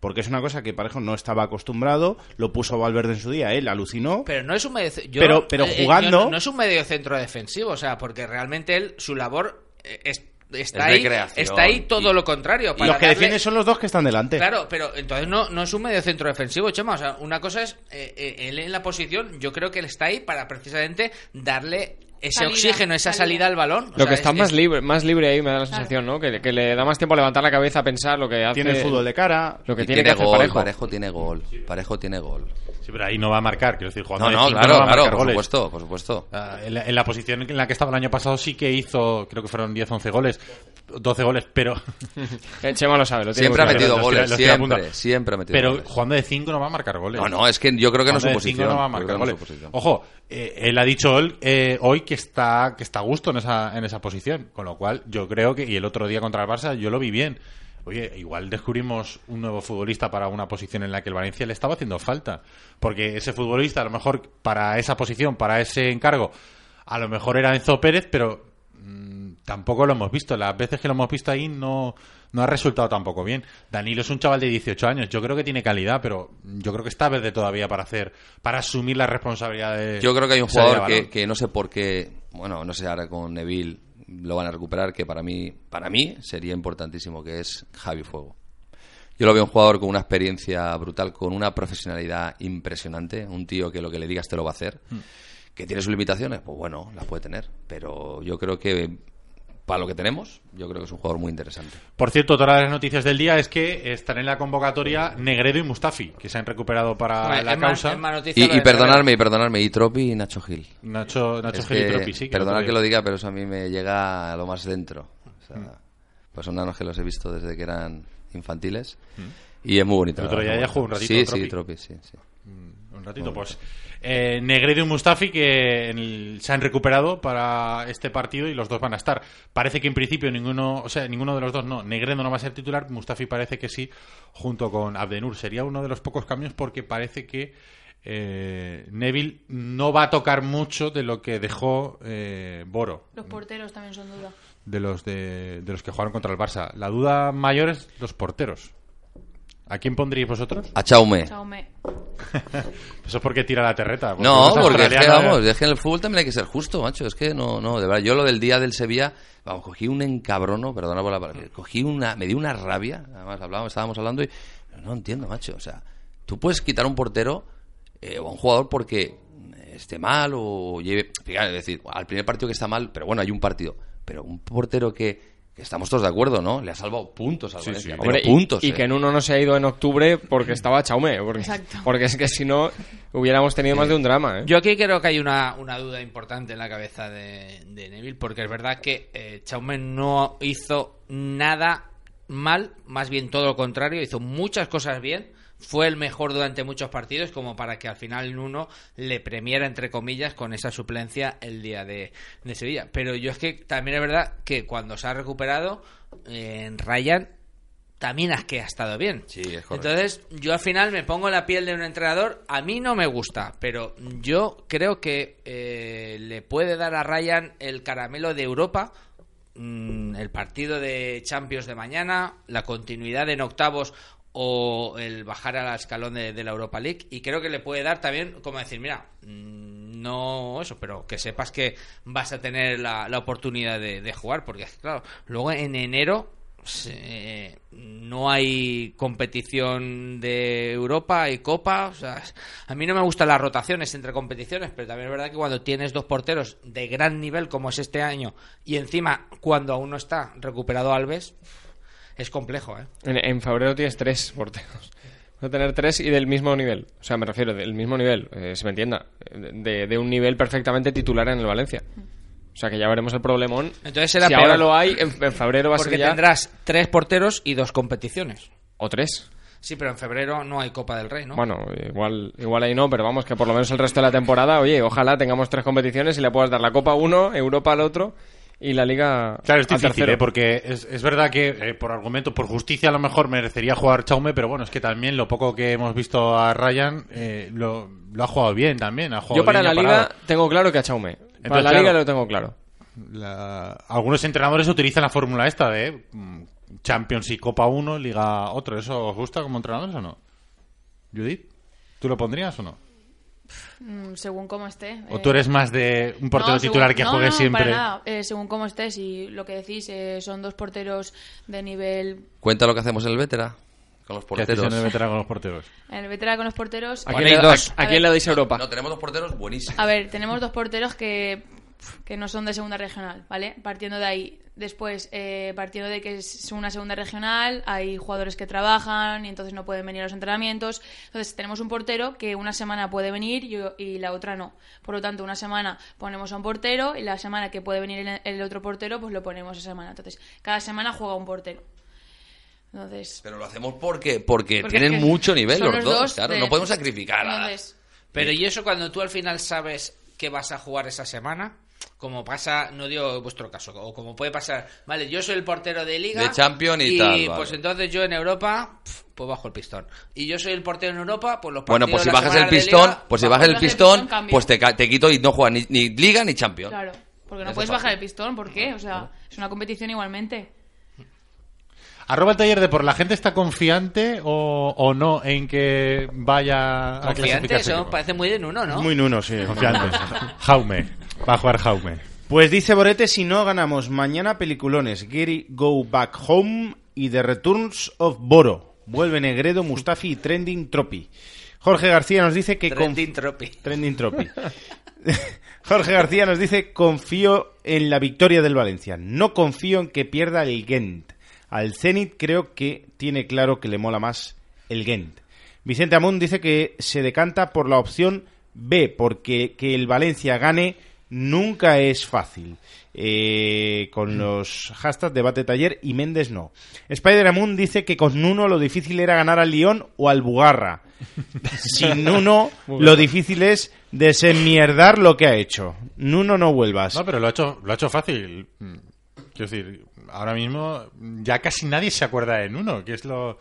Speaker 5: Porque es una cosa que Parejo no estaba acostumbrado, lo puso Valverde en su día, él alucinó.
Speaker 4: Pero no es un medio. yo-
Speaker 5: Pero- pero
Speaker 4: yo
Speaker 5: jugando-
Speaker 4: no, no es un medio centro defensivo, o sea, porque realmente él, su labor eh, es-
Speaker 6: Es
Speaker 4: está, ahí,
Speaker 6: recreación.
Speaker 4: está ahí todo
Speaker 6: Y-
Speaker 4: lo contrario.
Speaker 5: Y
Speaker 4: para
Speaker 5: los que
Speaker 4: darle-
Speaker 5: defienden son los dos que están delante.
Speaker 4: Claro, pero entonces no, no es un medio centro defensivo, Chema. O sea, una cosa es eh, eh, él en la posición, yo creo que él está ahí para precisamente darle ese
Speaker 7: Salida,
Speaker 4: oxígeno, esa salida,
Speaker 7: salida.
Speaker 4: al balón. O
Speaker 3: Lo
Speaker 4: sea,
Speaker 3: que está
Speaker 4: es-
Speaker 3: más
Speaker 4: es-
Speaker 3: libre, más libre ahí me da la sensación, ¿no? Que, que le da más tiempo a levantar la cabeza, a pensar lo que hace.
Speaker 5: Tiene el fútbol de cara.
Speaker 3: Lo que
Speaker 6: Y
Speaker 3: tiene, que hacer
Speaker 6: gol,
Speaker 3: parejo.
Speaker 6: tiene gol, Parejo tiene gol.
Speaker 2: Sí, pero ahí no va a marcar, quiero decir,
Speaker 6: No,
Speaker 2: jugando de
Speaker 6: no,
Speaker 2: cinco
Speaker 6: claro,
Speaker 2: va a
Speaker 6: claro,
Speaker 2: marcar
Speaker 6: por
Speaker 2: goles.
Speaker 6: supuesto, por supuesto.
Speaker 2: Ah, en, la, en la posición en la que estaba el año pasado sí que hizo, creo que fueron 10, 11 goles, 12 goles, pero...
Speaker 3: Eh, Chema lo sabe, lo tiene
Speaker 6: Siempre ha
Speaker 3: muy claro.
Speaker 6: metido
Speaker 2: Los tira-
Speaker 6: goles,
Speaker 2: los tira a
Speaker 6: siempre,
Speaker 2: punta.
Speaker 6: siempre ha metido
Speaker 2: pero
Speaker 6: goles.
Speaker 2: jugando de 5 no va a marcar goles.
Speaker 6: No, no, es que yo creo que no es su
Speaker 2: Jugando de cinco
Speaker 6: posición.
Speaker 2: no va a
Speaker 6: yo creo que
Speaker 2: marcar
Speaker 6: no es su
Speaker 2: goles.
Speaker 6: posición.
Speaker 2: Ojo, eh, él ha dicho él, eh, hoy que está, que está a gusto en esa, en esa posición, con lo cual yo creo que, y el otro día contra el Barça yo lo vi bien. Oye, igual descubrimos un nuevo futbolista para una posición en la que el Valencia le estaba haciendo falta. Porque ese futbolista, a lo mejor para esa posición, para ese encargo, a lo mejor era Enzo Pérez, pero mm, tampoco lo hemos visto. Las veces que lo hemos visto ahí no, no ha resultado tampoco bien. Danilo es un chaval de 18 años. Yo creo que tiene calidad, pero yo creo que está verde todavía para hacer, para asumir la responsabilidad de.
Speaker 6: Yo creo que hay un
Speaker 2: salir
Speaker 6: jugador
Speaker 2: al
Speaker 6: que,
Speaker 2: balón.
Speaker 6: que no sé por qué, bueno, no sé ahora con Neville lo van a recuperar, que para mí, para mí sería importantísimo, que es Javi Fuego. Yo lo veo un jugador con una experiencia brutal, con una profesionalidad impresionante, un tío que lo que le digas te lo va a hacer.
Speaker 2: Hmm.
Speaker 6: ¿Que tiene sus limitaciones? Pues bueno, las puede tener, pero yo creo que para lo que tenemos, yo creo que es un jugador muy interesante.
Speaker 2: Por cierto, otra de las noticias del día es que están en la convocatoria Negredo y Mustafi, que se han recuperado para
Speaker 4: Hombre,
Speaker 2: la
Speaker 4: es más-
Speaker 2: causa.
Speaker 4: es más noticia
Speaker 6: Y,
Speaker 4: lo
Speaker 6: y
Speaker 4: de
Speaker 6: perdonarme, y perdonarme, y Tropi y Nacho Gil.
Speaker 2: Nacho, Nacho
Speaker 6: Es
Speaker 2: Gil y
Speaker 6: que,
Speaker 2: Tropi, sí, que
Speaker 6: perdonad
Speaker 2: otro
Speaker 6: que lo
Speaker 2: día-
Speaker 6: diga, pero eso a mí me llega a lo más dentro. O sea,
Speaker 2: Mm.
Speaker 6: Pues son nanos que los he visto desde que eran infantiles. Y es muy bonito.
Speaker 2: Mm. El otro
Speaker 6: la verdad,
Speaker 2: día ya
Speaker 6: muy
Speaker 2: jugó un
Speaker 6: bonito.
Speaker 2: ratito,
Speaker 6: Sí, sí,
Speaker 2: Tropi.
Speaker 6: Tropi, sí, sí.
Speaker 2: Un ratito, pues. Eh, Negredo y Mustafi que en el- se han recuperado para este partido y los dos van a estar. Parece que en principio ninguno, o sea, ninguno de los dos no. Negredo no va a ser titular, Mustafi parece que sí, junto con Abdenur. Sería uno de los pocos cambios porque parece que eh, Neville no va a tocar mucho de lo que dejó eh, Boro,
Speaker 7: Los porteros también son duda.
Speaker 2: de los, de, de los que jugaron contra el Barça. La duda mayor es los porteros. ¿A quién pondríais vosotros?
Speaker 6: A Chaume.
Speaker 7: Chaume.
Speaker 2: Eso es porque tira la terreta.
Speaker 6: No,
Speaker 2: los
Speaker 6: porque es que,
Speaker 2: australianos-
Speaker 3: eh.
Speaker 6: vamos, es que en el fútbol también hay que ser justo, macho. Es que no, no, de verdad. Yo lo del día del Sevilla, vamos, cogí un encabrono, perdona por la palabra, cogí una, me dio una rabia. Además, hablábamos, estábamos hablando y no entiendo, macho. O sea, tú puedes quitar a un portero eh, o a un jugador porque esté mal o lleve. Fíjate, es decir, al primer partido que está mal, pero bueno, hay un partido. Pero un portero que. que Estamos todos de acuerdo, ¿no? Le ha salvado puntos al Valencia. pero
Speaker 3: Hombre, y-
Speaker 6: puntos.
Speaker 3: y,
Speaker 6: eh.
Speaker 3: que en uno no se ha ido en octubre porque estaba Chaume. Porque,
Speaker 7: Exacto.
Speaker 3: porque es que si no hubiéramos tenido más de un drama. ¿eh?
Speaker 4: Yo aquí creo que hay una, una duda importante en la cabeza de, de Neville, porque es verdad que eh, Chaume no hizo nada mal, más bien todo lo contrario, hizo muchas cosas bien. Fue el mejor durante muchos partidos, como para que al final en uno le premiara, entre comillas, con esa suplencia el día de, de Sevilla. Pero yo es que también es verdad que cuando se ha recuperado, eh, Ryan también es que ha estado bien.
Speaker 6: Sí, es correcto.
Speaker 4: Entonces, yo al final me pongo en la piel de un entrenador, a mí no me gusta, pero yo creo que eh, le puede dar a Ryan el caramelo de Europa, mm, el partido de Champions de mañana, la continuidad en octavos o el bajar al escalón de, de la Europa League, y creo que le puede dar también, como decir, mira, mm, no eso, pero que sepas que vas a tener la, la oportunidad de, de jugar, porque claro, luego en enero pues, eh, no hay competición de Europa y Copa. o sea, a mí no me gustan las rotaciones entre competiciones, pero también es verdad que cuando tienes dos porteros de gran nivel como es este año y encima cuando aún no está recuperado Alves, es complejo, ¿eh?
Speaker 3: En, en febrero tienes tres porteros. Vas a tener tres y del mismo nivel. O sea, me refiero, del mismo nivel, eh, se me entienda. De, de un nivel perfectamente titular en el Valencia. O sea, que ya veremos el problemón.
Speaker 4: Entonces será
Speaker 3: si
Speaker 4: peor.
Speaker 3: ahora lo hay, en, en febrero va a
Speaker 4: Porque
Speaker 3: ser ya...
Speaker 4: tendrás tres porteros y dos competiciones.
Speaker 3: O tres.
Speaker 4: Sí, pero en febrero no hay Copa del Rey, ¿no?
Speaker 3: Bueno, igual, igual ahí no, pero vamos que por lo menos el resto de la temporada, oye, ojalá tengamos tres competiciones y le puedas dar la Copa a uno, Europa al otro y la Liga
Speaker 2: Claro, es
Speaker 3: al
Speaker 2: difícil,
Speaker 3: tercero.
Speaker 2: ¿eh? porque es, es verdad que eh, por argumento, por justicia a lo mejor merecería jugar Chaume, pero bueno, es que también lo poco que hemos visto a Ryan eh, lo, lo ha jugado bien también. Ha jugado
Speaker 3: Yo para la
Speaker 2: bien y ha
Speaker 3: Liga
Speaker 2: parado.
Speaker 3: tengo claro que a Chaume. para
Speaker 2: Entonces,
Speaker 3: la
Speaker 2: claro.
Speaker 3: Liga lo tengo claro.
Speaker 2: La- Algunos entrenadores utilizan la fórmula esta de mm, Champions y Copa 1, Liga otro. ¿Eso os gusta como entrenadores o no? Judith, ¿tú lo pondrías o no?
Speaker 7: Mm, según cómo esté.
Speaker 2: ¿O
Speaker 7: eh.
Speaker 2: tú eres más de un portero
Speaker 7: No, según-
Speaker 2: titular que
Speaker 7: no,
Speaker 2: juegue
Speaker 7: no, no,
Speaker 2: siempre?
Speaker 7: Para nada. Eh, según cómo estés y lo que decís, eh, son dos porteros de nivel.
Speaker 6: Cuenta lo que hacemos en el Vetera con los
Speaker 2: ¿Qué hacéis
Speaker 6: porteros.
Speaker 2: en el veterano con los porteros?
Speaker 7: En el eh, veterano con los porteros.
Speaker 3: ¿A
Speaker 6: Bueno,
Speaker 3: quién,
Speaker 6: hay
Speaker 3: le,
Speaker 6: dos.
Speaker 3: a- a
Speaker 7: A
Speaker 3: quién
Speaker 7: ver.
Speaker 3: le dais a Europa?
Speaker 6: No, tenemos dos porteros buenísimos.
Speaker 7: A ver, tenemos dos porteros que, que no son de segunda regional, ¿vale? Partiendo de ahí. Después, eh, partiendo de que es una segunda regional, hay jugadores que trabajan y entonces no pueden venir a los entrenamientos. Entonces, tenemos un portero que una semana puede venir y, y la otra no. Por lo tanto, una semana ponemos a un portero y la semana que puede venir el, el otro portero, pues lo ponemos esa semana. Entonces, cada semana juega un portero. Entonces,
Speaker 6: Pero lo hacemos porque, porque,
Speaker 7: Porque
Speaker 6: tienen
Speaker 7: es que
Speaker 6: mucho nivel
Speaker 7: son
Speaker 6: los,
Speaker 7: los
Speaker 6: dos,
Speaker 7: dos
Speaker 6: claro.
Speaker 7: de-
Speaker 6: No podemos sacrificar a-
Speaker 7: entonces
Speaker 4: Pero y eso cuando tú al final sabes que vas a jugar esa semana, como pasa, no digo vuestro caso, o como puede pasar, vale, yo soy el portero de liga.
Speaker 6: De Champions y tal, vale.
Speaker 4: pues entonces yo en Europa, pf, pues bajo el pistón. Y yo soy el portero en Europa, pues los
Speaker 6: Bueno,
Speaker 4: partidos
Speaker 6: pues si
Speaker 4: de la
Speaker 6: bajas
Speaker 4: semana
Speaker 6: el
Speaker 4: de
Speaker 6: pistón,
Speaker 4: liga,
Speaker 6: pues si
Speaker 7: bajo-
Speaker 6: bajas el
Speaker 7: bajas el
Speaker 6: pistón,
Speaker 7: pistón, cambio.
Speaker 6: pues te, ca- te quito y no juegas ni, ni Liga ni Champions.
Speaker 7: Claro, porque no
Speaker 6: Eso
Speaker 7: puedes
Speaker 6: es
Speaker 7: bajar
Speaker 6: fácil.
Speaker 7: el pistón, ¿por qué? O sea, es una competición igualmente.
Speaker 2: Arroba el taller de por. ¿La gente está confiante o, o no en que vaya a
Speaker 4: Confiante,
Speaker 2: clasificarse?
Speaker 4: Ah, eso parece muy en uno, ¿no?
Speaker 5: Muy nuno, sí.
Speaker 2: Confiante. Jaume. Va a jugar Jaume.
Speaker 5: Pues dice Borete, si no ganamos mañana peliculones, Gary Go Back Home y The Returns of Boro. Vuelve Negredo, Mustafi y Trending Tropi. Jorge García nos dice que... conf-
Speaker 4: Trentin Tropi.
Speaker 5: Trending Tropi. Jorge García nos dice, confío en la victoria del Valencia. No confío en que pierda el Gent. Al Zenit creo que tiene claro que le mola más el Gent. Vicente Amón dice que se decanta por la opción B, porque que el Valencia gane nunca es fácil. Eh, con los hashtags debate taller y Méndez no. Spider Amun dice que con Nuno lo difícil era ganar al Lyon o al Bugarra. Sin Nuno lo difícil es desenmierdar lo que ha hecho. Nuno no vuelvas.
Speaker 2: No, pero lo ha hecho, lo ha hecho fácil. Mm. Quiero decir, ahora mismo ya casi nadie se acuerda en uno, que es lo,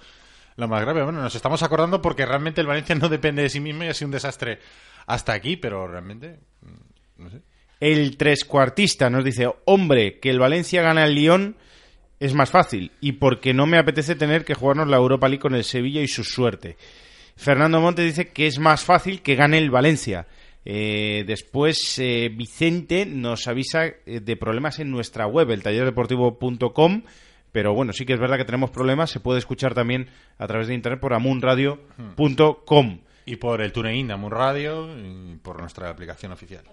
Speaker 2: lo más grave. Bueno, nos estamos acordando porque realmente el Valencia no depende de sí mismo y ha sido un desastre hasta aquí, pero realmente.
Speaker 5: El trescuartista nos dice, hombre, que el Valencia gana al Lyon es más fácil y porque no me apetece tener que jugarnos la Europa League con el Sevilla y su suerte. Fernando Montes dice que es más fácil que gane el Valencia. Eh, después eh, Vicente nos avisa eh, de problemas en nuestra web, el tallerdeportivo.com, pero bueno, sí que es verdad que tenemos problemas, se puede escuchar también a través de internet por amunradio.com.
Speaker 2: Y por el TuneIn, Amun Radio y por nuestra aplicación oficial.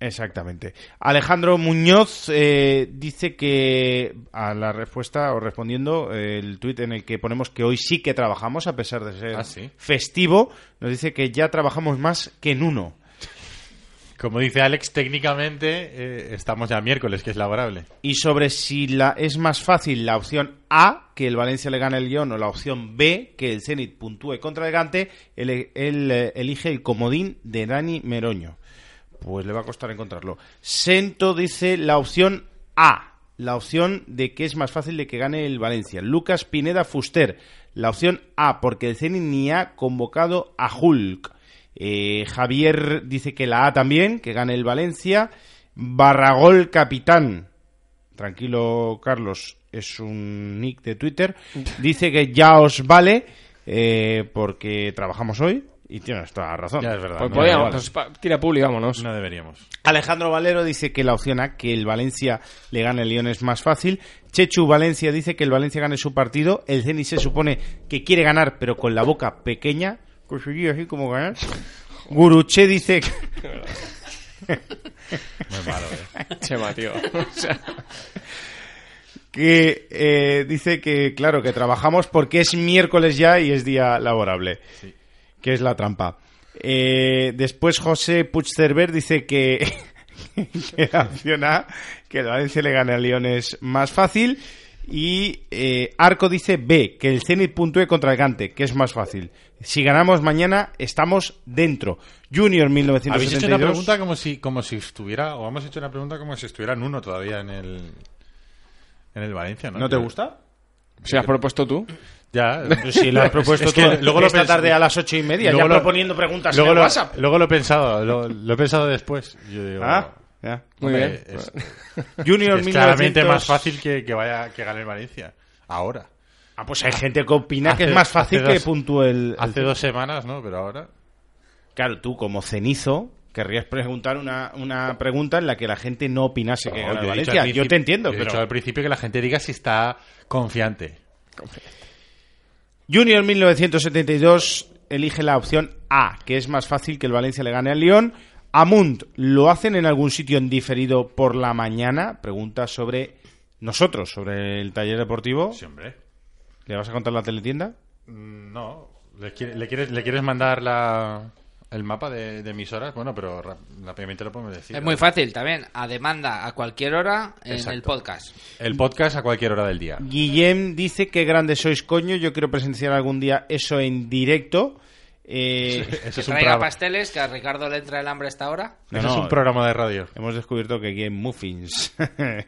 Speaker 5: Exactamente. Alejandro Muñoz eh, dice que a la respuesta o respondiendo eh, el tuit en el que ponemos que hoy sí que trabajamos a pesar de ser
Speaker 2: Ah, sí.
Speaker 5: festivo, nos dice que ya trabajamos más que en uno.
Speaker 2: Como dice Alex, técnicamente eh, estamos ya miércoles, que es laborable.
Speaker 5: Y sobre si la, es más fácil la opción A, que el Valencia le gane el guión, o la opción B, que el Zenit puntúe contra el Gante, él, él, eh, elige el comodín de Dani Meroño. Pues le va a costar encontrarlo. Sento dice la opción A, la opción de que es más fácil de que gane el Valencia. Lucas Pineda Fuster, la opción A, porque el Zenit ni ha convocado a Hulk. Eh, Javier dice que la A también, que gane el Valencia. Barragol Capitán, Tranquilo, Carlos, es un nick de Twitter. Dice que ya os vale eh, porque trabajamos hoy y tienes toda la razón.
Speaker 2: Ya es verdad.
Speaker 3: Pues
Speaker 2: no
Speaker 3: podíamos,
Speaker 2: deberíamos.
Speaker 3: pues pa- tira puli, vámonos.
Speaker 2: No deberíamos.
Speaker 5: Alejandro Valero dice que la opción A, que el Valencia le gane el Lyon es más fácil. Chechu Valencia dice que el Valencia gane su partido. El Zenit se supone que quiere ganar, pero con la boca pequeña. Conseguí así como ganar. Guruche dice que...
Speaker 2: Muy malo, ¿eh?
Speaker 3: Chema, tío. O sea,
Speaker 5: que eh, dice que, claro, que trabajamos porque es miércoles ya y es día laborable. Que es la trampa. Eh, después José Puigcerber dice que, que la opción A, que el Valencia le gana a León es más fácil. Y eh, Arco dice B, que el Zenit puntúe contra Alicante, que es más fácil. Si ganamos mañana, estamos dentro. Junior 1972.
Speaker 2: Habéis hecho una pregunta como si, como si estuviera, o hemos hecho una pregunta como si estuviera en uno todavía en el, en el Valencia, ¿no?
Speaker 5: ¿No te gusta?
Speaker 3: ¿Se has propuesto tú?
Speaker 2: Ya.
Speaker 5: Si lo has propuesto
Speaker 2: Es que
Speaker 5: tú
Speaker 2: luego lo
Speaker 5: esta
Speaker 2: pens-
Speaker 5: tarde a las ocho y media,
Speaker 2: luego
Speaker 5: ya
Speaker 2: lo-
Speaker 5: proponiendo preguntas
Speaker 2: Luego
Speaker 5: en
Speaker 2: lo,
Speaker 5: WhatsApp.
Speaker 2: luego lo he pensado, lo, lo he pensado después. Yo digo,
Speaker 5: Ah, ya.
Speaker 3: Muy
Speaker 2: hombre,
Speaker 3: bien.
Speaker 2: Es,
Speaker 5: Junior
Speaker 2: es
Speaker 5: 1900...
Speaker 2: claramente más fácil que, que vaya que gane el Valencia. Ahora.
Speaker 5: Ah, pues hay gente que opina que
Speaker 2: Hace-
Speaker 5: es más fácil
Speaker 2: hace dos-
Speaker 5: que puntúe el... el-
Speaker 2: Hace dos semanas, ¿no? Pero ahora.
Speaker 5: Claro, tú como cenizo querrías preguntar una, una pregunta en la que la gente no opinase que
Speaker 2: No,
Speaker 5: gana
Speaker 2: yo he dicho
Speaker 5: Valencia.
Speaker 2: al
Speaker 5: Yo
Speaker 2: principi-
Speaker 5: te entiendo,
Speaker 2: yo he
Speaker 5: pero...
Speaker 2: dicho al principio que la gente diga si está confiante.
Speaker 5: Junior 1972 elige la opción A, que es más fácil que el Valencia le gane al Lyon. Amund, ¿lo hacen en algún sitio en diferido por la mañana? Pregunta sobre nosotros, sobre el taller deportivo.
Speaker 2: Sí, hombre.
Speaker 5: ¿Le vas a contar la teletienda?
Speaker 2: Mm, No. ¿Le, quiere- le quieres, ¿Le quieres mandar la, el mapa de, de emisoras? Bueno, pero ra- rápidamente lo podemos decir.
Speaker 4: es muy fácil también, a demanda a cualquier hora en
Speaker 2: Exacto.
Speaker 4: el podcast.
Speaker 2: El podcast a cualquier hora del día.
Speaker 5: Guillem dice que grande sois coño, yo quiero presenciar algún día eso en directo. Eh,
Speaker 2: Eso
Speaker 4: que
Speaker 2: es un,
Speaker 4: traiga
Speaker 2: traba-
Speaker 4: pasteles, que a Ricardo le entra el hambre a esta hora.
Speaker 5: No,
Speaker 2: eso es
Speaker 5: no,
Speaker 2: un programa de radio.
Speaker 5: Hemos descubierto que aquí hay muffins. Ah,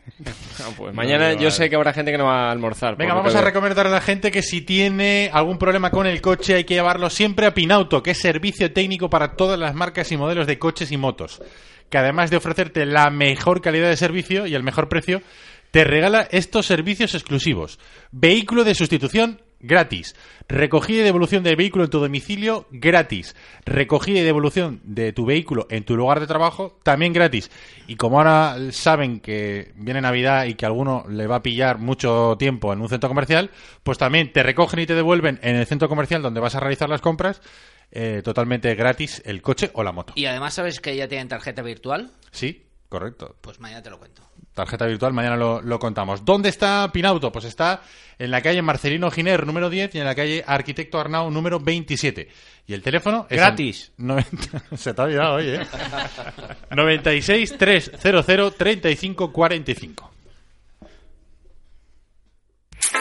Speaker 3: Pues mañana yo sé que habrá gente que no va a almorzar.
Speaker 2: Venga,
Speaker 3: por lo
Speaker 2: vamos
Speaker 3: que
Speaker 2: a
Speaker 3: veo.
Speaker 2: recomendar a la gente que si tiene algún problema con el coche hay que llevarlo siempre a Pinauto, que es servicio técnico para todas las marcas y modelos de coches y motos, que además de ofrecerte la mejor calidad de servicio y el mejor precio, te regala estos servicios exclusivos. Vehículo de sustitución gratis. Recogida y devolución del vehículo en tu domicilio gratis. Recogida y devolución de tu vehículo en tu lugar de trabajo también gratis. Y como ahora saben que viene Navidad y que a alguno le va a pillar mucho tiempo en un centro comercial, pues también te recogen y te devuelven en el centro comercial donde vas a realizar las compras eh, totalmente gratis el coche o la moto.
Speaker 4: Y además, ¿sabes que ya tienen tarjeta virtual?
Speaker 2: Sí, correcto.
Speaker 4: Pues mañana te lo cuento.
Speaker 2: Tarjeta virtual, mañana lo, lo contamos. ¿Dónde está Pinauto? Pues está en la calle Marcelino Giner, número 10, y en la calle Arquitecto Arnau, número 27. Y el teléfono es...
Speaker 5: Gratis.
Speaker 2: el 90 Se te ha olvidado hoy, ¿eh? 96 300 35 45.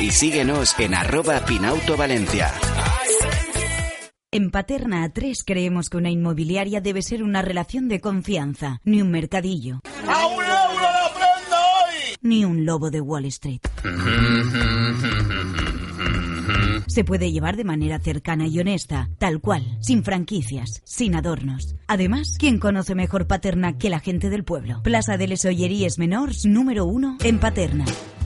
Speaker 1: y síguenos en arroba pinauto valencia.
Speaker 8: En Paterna A3 creemos que una inmobiliaria debe ser una relación de confianza, ni un mercadillo. Ni un lobo de Wall Street. Se puede llevar de manera cercana y honesta, tal cual, sin franquicias, sin adornos. Además, ¿quién conoce mejor Paterna que la gente del pueblo? Plaza de les Olleries Menors, número 1, en Paterna.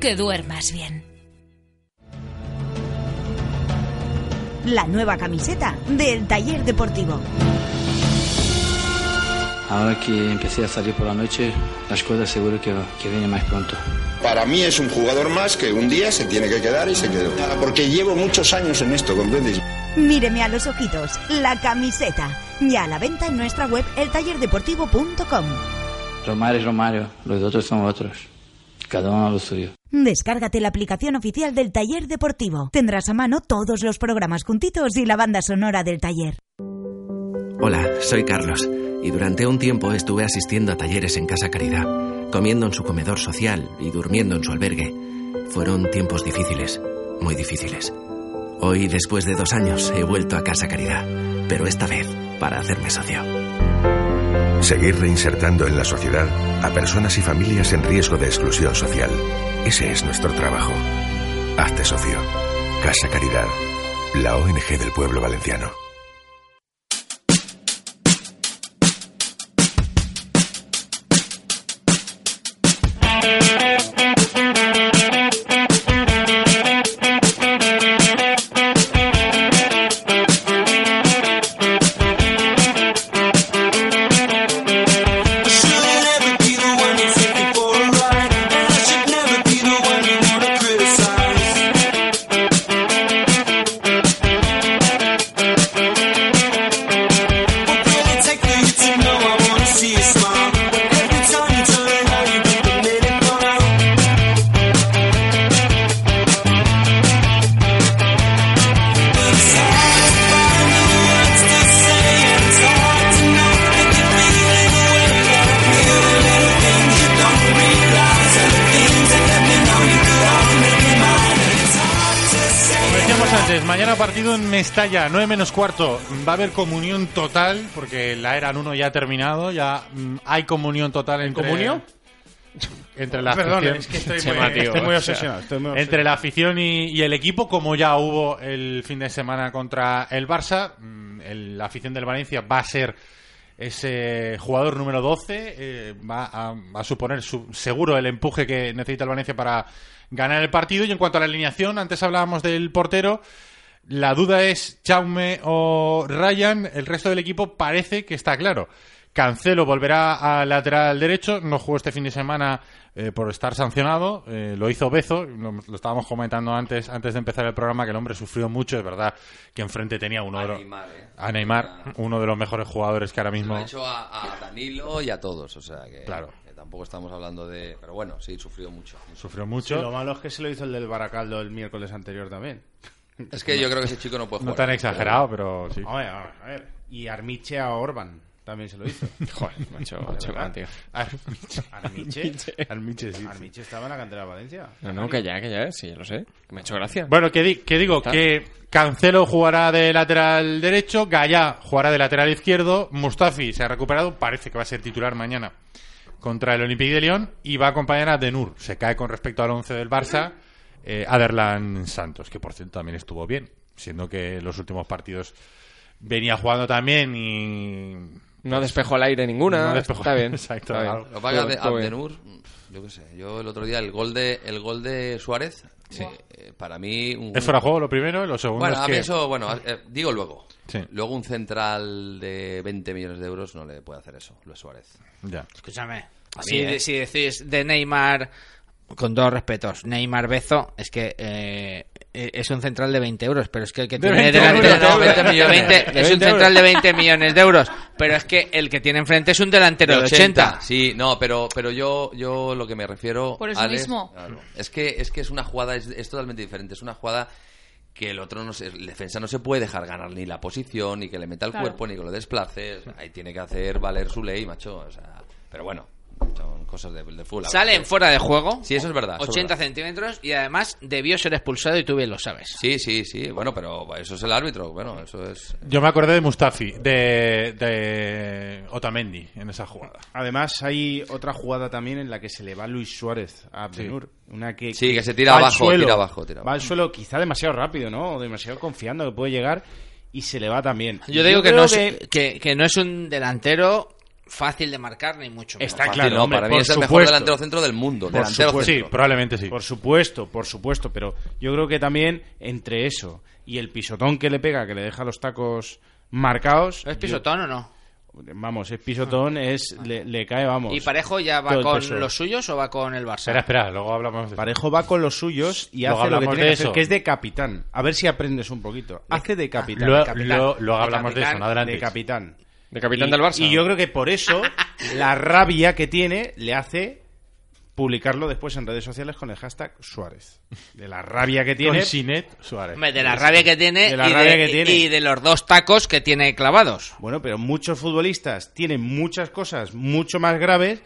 Speaker 9: Que duermas bien.
Speaker 8: la nueva camiseta del taller deportivo.
Speaker 10: Ahora que empecé a salir por la noche, las cosas seguro que, que vienen más pronto.
Speaker 11: Para mí es un jugador más que un día se tiene que quedar y se quedó. Porque llevo muchos años en esto, ¿comprendes?
Speaker 8: Míreme a los ojitos, la camiseta. Ya a la venta en nuestra web eltallerdeportivo.com.
Speaker 10: Romario es Romario, los otros son otros. Cada uno a lo suyo.
Speaker 8: Descárgate la aplicación oficial del Taller Deportivo. Tendrás a mano todos los programas juntitos y la banda sonora del taller.
Speaker 9: Hola, soy Carlos y durante un tiempo estuve asistiendo a talleres en Casa Caridad, comiendo en su comedor social y durmiendo en su albergue. Fueron tiempos difíciles, muy difíciles. Hoy, después de dos años, he vuelto a Casa Caridad, pero esta vez para hacerme socio.
Speaker 11: Seguir reinsertando en la sociedad a personas y familias en riesgo de exclusión social. Ese es nuestro trabajo.
Speaker 12: Hazte socio. Casa Caridad, la ONG del pueblo valenciano.
Speaker 2: Como decíamos antes, mañana partido en Mestalla, 9 menos cuarto. Va a haber comunión total, porque la era 1 ya ha terminado, ya mm, hay comunión total entre...
Speaker 5: comunión?
Speaker 2: Entre la
Speaker 5: Perdón,
Speaker 2: afición.
Speaker 5: es que estoy
Speaker 2: Chema,
Speaker 5: muy-
Speaker 2: tío,
Speaker 5: estoy muy
Speaker 2: o sea,
Speaker 5: obsesionado, estoy muy
Speaker 2: Entre
Speaker 5: obsesionado.
Speaker 2: la afición y, y el equipo, como ya hubo el fin de semana contra el Barça, mm, el- la afición del Valencia va a ser ese jugador número 12, eh, va a, va a suponer su- seguro el empuje que necesita el Valencia para ganar el partido. Y en cuanto a la alineación, antes hablábamos del portero. La duda es Chaume o Ryan. El resto del equipo parece que está claro. Cancelo volverá al lateral derecho. No jugó este fin de semana eh, por estar sancionado. Eh, lo hizo Bezo. Lo, lo estábamos comentando antes, antes de empezar el programa que el hombre sufrió mucho. Es verdad que enfrente tenía uno de los- a Neymar, uno de los mejores jugadores que ahora
Speaker 6: Lo
Speaker 2: mismo.
Speaker 6: ha hecho a, a Danilo y a todos, o sea que,
Speaker 2: Claro.
Speaker 6: que tampoco estamos hablando de... Pero bueno, sí, sufrió mucho.
Speaker 2: Sufrió mucho.
Speaker 5: Sí, lo malo es que se lo hizo el del Baracaldo el miércoles anterior también.
Speaker 6: Es que yo creo que ese chico no puede
Speaker 2: No
Speaker 6: jugar. ¿eh?
Speaker 2: tan exagerado, pero sí.
Speaker 5: A ver, a ver, a ver. Y Armiche a Orban también se lo hizo.
Speaker 2: Joder, macho,
Speaker 5: ¿Verdad?
Speaker 3: Chema, tío.
Speaker 5: Armiche. Armiche.
Speaker 3: Armiche.
Speaker 5: Armiche, estaba en la cantera de Valencia.
Speaker 3: No, no, que ya, que ya, sí, lo sé. Que Me ha hecho gracia.
Speaker 2: Bueno, que, di- que digo
Speaker 3: ¿Está?
Speaker 2: que Cancelo jugará de lateral derecho, Gallá jugará de lateral izquierdo, Mustafi se ha recuperado, parece que va a ser titular mañana contra el Olympique de Lyon y va a acompañar a Denur. Se cae con respecto al 11 del Barça, eh, Aderlan Santos, que por cierto también estuvo bien, siendo que los últimos partidos venía jugando también y...
Speaker 3: No despejó al aire
Speaker 6: Ah,
Speaker 3: ninguna.
Speaker 2: No despejó-
Speaker 3: Está bien.
Speaker 2: Exacto,
Speaker 3: está bien.
Speaker 2: algo.
Speaker 6: Lo paga de
Speaker 3: Todo bien.
Speaker 6: Abdenur, yo qué sé. Yo el otro día el gol de el gol de Suárez, eh, eh, para mí un-
Speaker 2: Es fuera de juego lo primero, lo segundo
Speaker 6: Bueno,
Speaker 2: es
Speaker 6: a mí
Speaker 2: que-
Speaker 6: eso, bueno, eh, digo luego.
Speaker 2: Sí.
Speaker 6: Luego un central de 20 millones de euros no le puede hacer eso, Luis Suárez.
Speaker 2: Ya.
Speaker 4: Escúchame.
Speaker 6: A mí,
Speaker 4: Si,
Speaker 6: eh.
Speaker 4: si decís de Neymar, con todos respetos, Neymar Bezo, es que eh, eh, es un central de 20 euros, pero es que el que
Speaker 6: De
Speaker 4: tiene
Speaker 6: 20 euros,
Speaker 4: delantero.
Speaker 6: de 20 millones.
Speaker 4: 20
Speaker 6: De
Speaker 4: es un
Speaker 6: 20
Speaker 4: central
Speaker 6: euros.
Speaker 4: de 20 millones de euros, pero es que el que tiene enfrente es un delantero de 80.
Speaker 6: Sí, no, pero, pero yo, yo lo que me refiero.
Speaker 7: Por eso
Speaker 6: Alex,
Speaker 7: mismo.
Speaker 6: claro, es, que, es que es una jugada, es, es totalmente diferente. Es una jugada que el otro, no se- el defensa no se puede dejar ganar ni la posición, ni que le meta el
Speaker 7: Claro.
Speaker 6: cuerpo, ni que lo desplace. Ahí tiene que hacer valer su ley, macho. o sea, pero bueno, son cosas de, de full.
Speaker 4: Salen fuera de juego.
Speaker 6: Sí, eso es verdad. eso es
Speaker 4: 80
Speaker 6: verdad.
Speaker 4: centímetros y además debió ser expulsado y tú bien lo sabes.
Speaker 6: Sí, sí, sí. Bueno, pero eso es el árbitro. Bueno, eso es.
Speaker 2: Yo me acordé de Mustafi, de, de Otamendi en esa jugada.
Speaker 5: Además, hay otra jugada también en la que se le va Luis Suárez a
Speaker 2: Sí.
Speaker 5: Benur. Una que,
Speaker 6: Sí, que se tira
Speaker 5: va al
Speaker 6: abajo,
Speaker 5: suelo.
Speaker 6: tira abajo, tira
Speaker 5: Va
Speaker 6: abajo.
Speaker 5: al suelo quizá demasiado rápido, ¿no? O demasiado confiando que puede llegar y se le va también.
Speaker 4: Yo digo que
Speaker 5: creo
Speaker 4: no, es, que, que no es un delantero fácil de marcar, ni mucho menos.
Speaker 5: Está
Speaker 6: Fácil,
Speaker 5: Ah, claro,
Speaker 6: no,
Speaker 5: hombre,
Speaker 6: para mí
Speaker 5: por
Speaker 6: es el mejor
Speaker 5: supuesto.
Speaker 6: delantero centro del mundo.
Speaker 5: Por
Speaker 6: delantero
Speaker 5: supuesto.
Speaker 6: centro.
Speaker 2: Sí, probablemente sí.
Speaker 5: Por supuesto, por supuesto, pero yo creo que también entre eso y el pisotón que le pega, que le deja los tacos marcados.
Speaker 4: ¿Es
Speaker 5: yo-
Speaker 4: pisotón o no? Ah.
Speaker 5: Vamos, es pisotón, es le, le cae, vamos.
Speaker 4: ¿Y Parejo ya
Speaker 5: todo
Speaker 4: va
Speaker 5: el peso.
Speaker 4: con los suyos o va con el Barça?
Speaker 2: Espera, espera, luego hablamos de
Speaker 5: Parejo va con los suyos y
Speaker 2: Luego
Speaker 5: hace lo que
Speaker 2: hablamos
Speaker 5: tiene
Speaker 2: de
Speaker 5: que hacer,
Speaker 2: eso.
Speaker 5: que es de capitán. A ver si aprendes un poquito. Hace de capitán.
Speaker 2: Luego-
Speaker 5: capitán.
Speaker 2: luego- luego
Speaker 4: de
Speaker 2: hablamos de
Speaker 4: capitán,
Speaker 2: eso, no adelante.
Speaker 5: de capitán.
Speaker 3: De capitán
Speaker 5: Y-
Speaker 3: del Barça.
Speaker 5: Y yo creo que por eso la rabia que tiene le hace publicarlo después en redes sociales con el hashtag Suárez. De la rabia que tiene.
Speaker 2: Con Sinet Suárez.
Speaker 4: Hombre, De la rabia que tiene,
Speaker 5: De la
Speaker 4: y,
Speaker 5: rabia
Speaker 4: de,
Speaker 5: que tiene.
Speaker 4: y de los dos tacos que tiene clavados.
Speaker 5: Bueno, pero muchos futbolistas tienen muchas cosas mucho más graves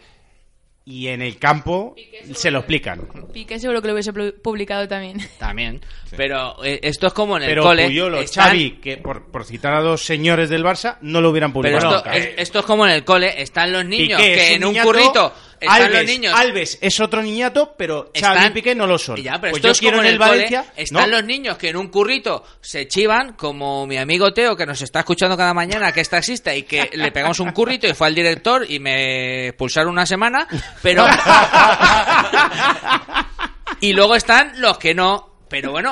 Speaker 5: y en el campo se lo explican.
Speaker 7: Piqué seguro que lo hubiese plu- publicado también.
Speaker 4: También. Pero eh, esto es como en el
Speaker 5: Pero
Speaker 4: cole.
Speaker 5: Puyol o
Speaker 4: están-
Speaker 5: Xavi, que por, por citar a dos señores del Barça, no lo hubieran
Speaker 4: Pero
Speaker 5: publicado
Speaker 4: esto,
Speaker 5: nunca.
Speaker 4: es- esto es como en el cole. Están los niños
Speaker 5: Piqué es
Speaker 4: que
Speaker 5: un
Speaker 4: en un
Speaker 5: niñato.
Speaker 4: currito Están
Speaker 5: Alves,
Speaker 4: los niños.
Speaker 5: Alves es otro niñato, pero Xavi y
Speaker 4: Están-
Speaker 5: Piqué no lo son.
Speaker 4: Ya, pero
Speaker 5: pues
Speaker 4: esto
Speaker 5: yo
Speaker 4: es
Speaker 5: quiero
Speaker 4: como
Speaker 5: en el Valencia.
Speaker 4: cole, están
Speaker 5: no,
Speaker 4: los niños que en un currito se chivan, como mi amigo Teo, que nos está escuchando cada mañana, que es taxista, y que le pegamos un currito y fue al director y me expulsaron una semana, pero... y luego están los que no, pero bueno,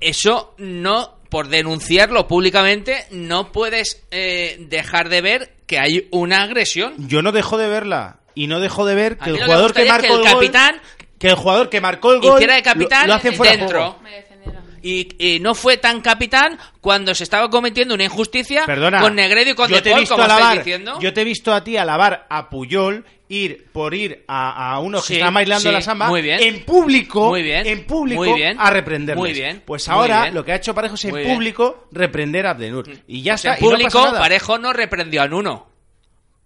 Speaker 4: eso no, por denunciarlo públicamente, no puedes eh, dejar de ver que hay una agresión.
Speaker 5: Yo no dejo de verla. Y no dejo de ver
Speaker 4: A
Speaker 5: que
Speaker 4: mí lo
Speaker 5: el
Speaker 4: que me
Speaker 5: jugador que
Speaker 4: gustaría es
Speaker 5: marcó
Speaker 4: que
Speaker 5: el,
Speaker 4: el
Speaker 5: gol-
Speaker 4: capitán
Speaker 5: que el jugador que marcó el gol
Speaker 4: hiciera de capitán
Speaker 5: lo, lo hacen fuera de
Speaker 4: dentro.
Speaker 5: juego.
Speaker 4: Y, y no fue tan capitán cuando se estaba cometiendo una injusticia
Speaker 5: Perdona,
Speaker 4: con Negredo y con
Speaker 5: yo te he
Speaker 4: Depol,
Speaker 5: visto
Speaker 4: como estáis
Speaker 5: alabar,
Speaker 4: diciendo.
Speaker 5: yo te he visto a ti alabar a Puyol ir por ir a, a unos
Speaker 4: Sí,
Speaker 5: que están bailando
Speaker 4: sí,
Speaker 5: la samba
Speaker 4: muy bien.
Speaker 5: en público,
Speaker 4: Muy bien,
Speaker 5: en público
Speaker 4: muy bien,
Speaker 5: a reprenderles.
Speaker 4: muy bien,
Speaker 5: Pues
Speaker 4: muy
Speaker 5: ahora
Speaker 4: bien.
Speaker 5: lo que ha hecho Parejo es en
Speaker 4: Muy bien. Mm.
Speaker 5: público reprender a Abdenur y ya
Speaker 4: O sea,
Speaker 5: está.
Speaker 4: en
Speaker 5: y no pasa
Speaker 4: público,
Speaker 5: nada.
Speaker 4: Parejo no reprendió a Nuno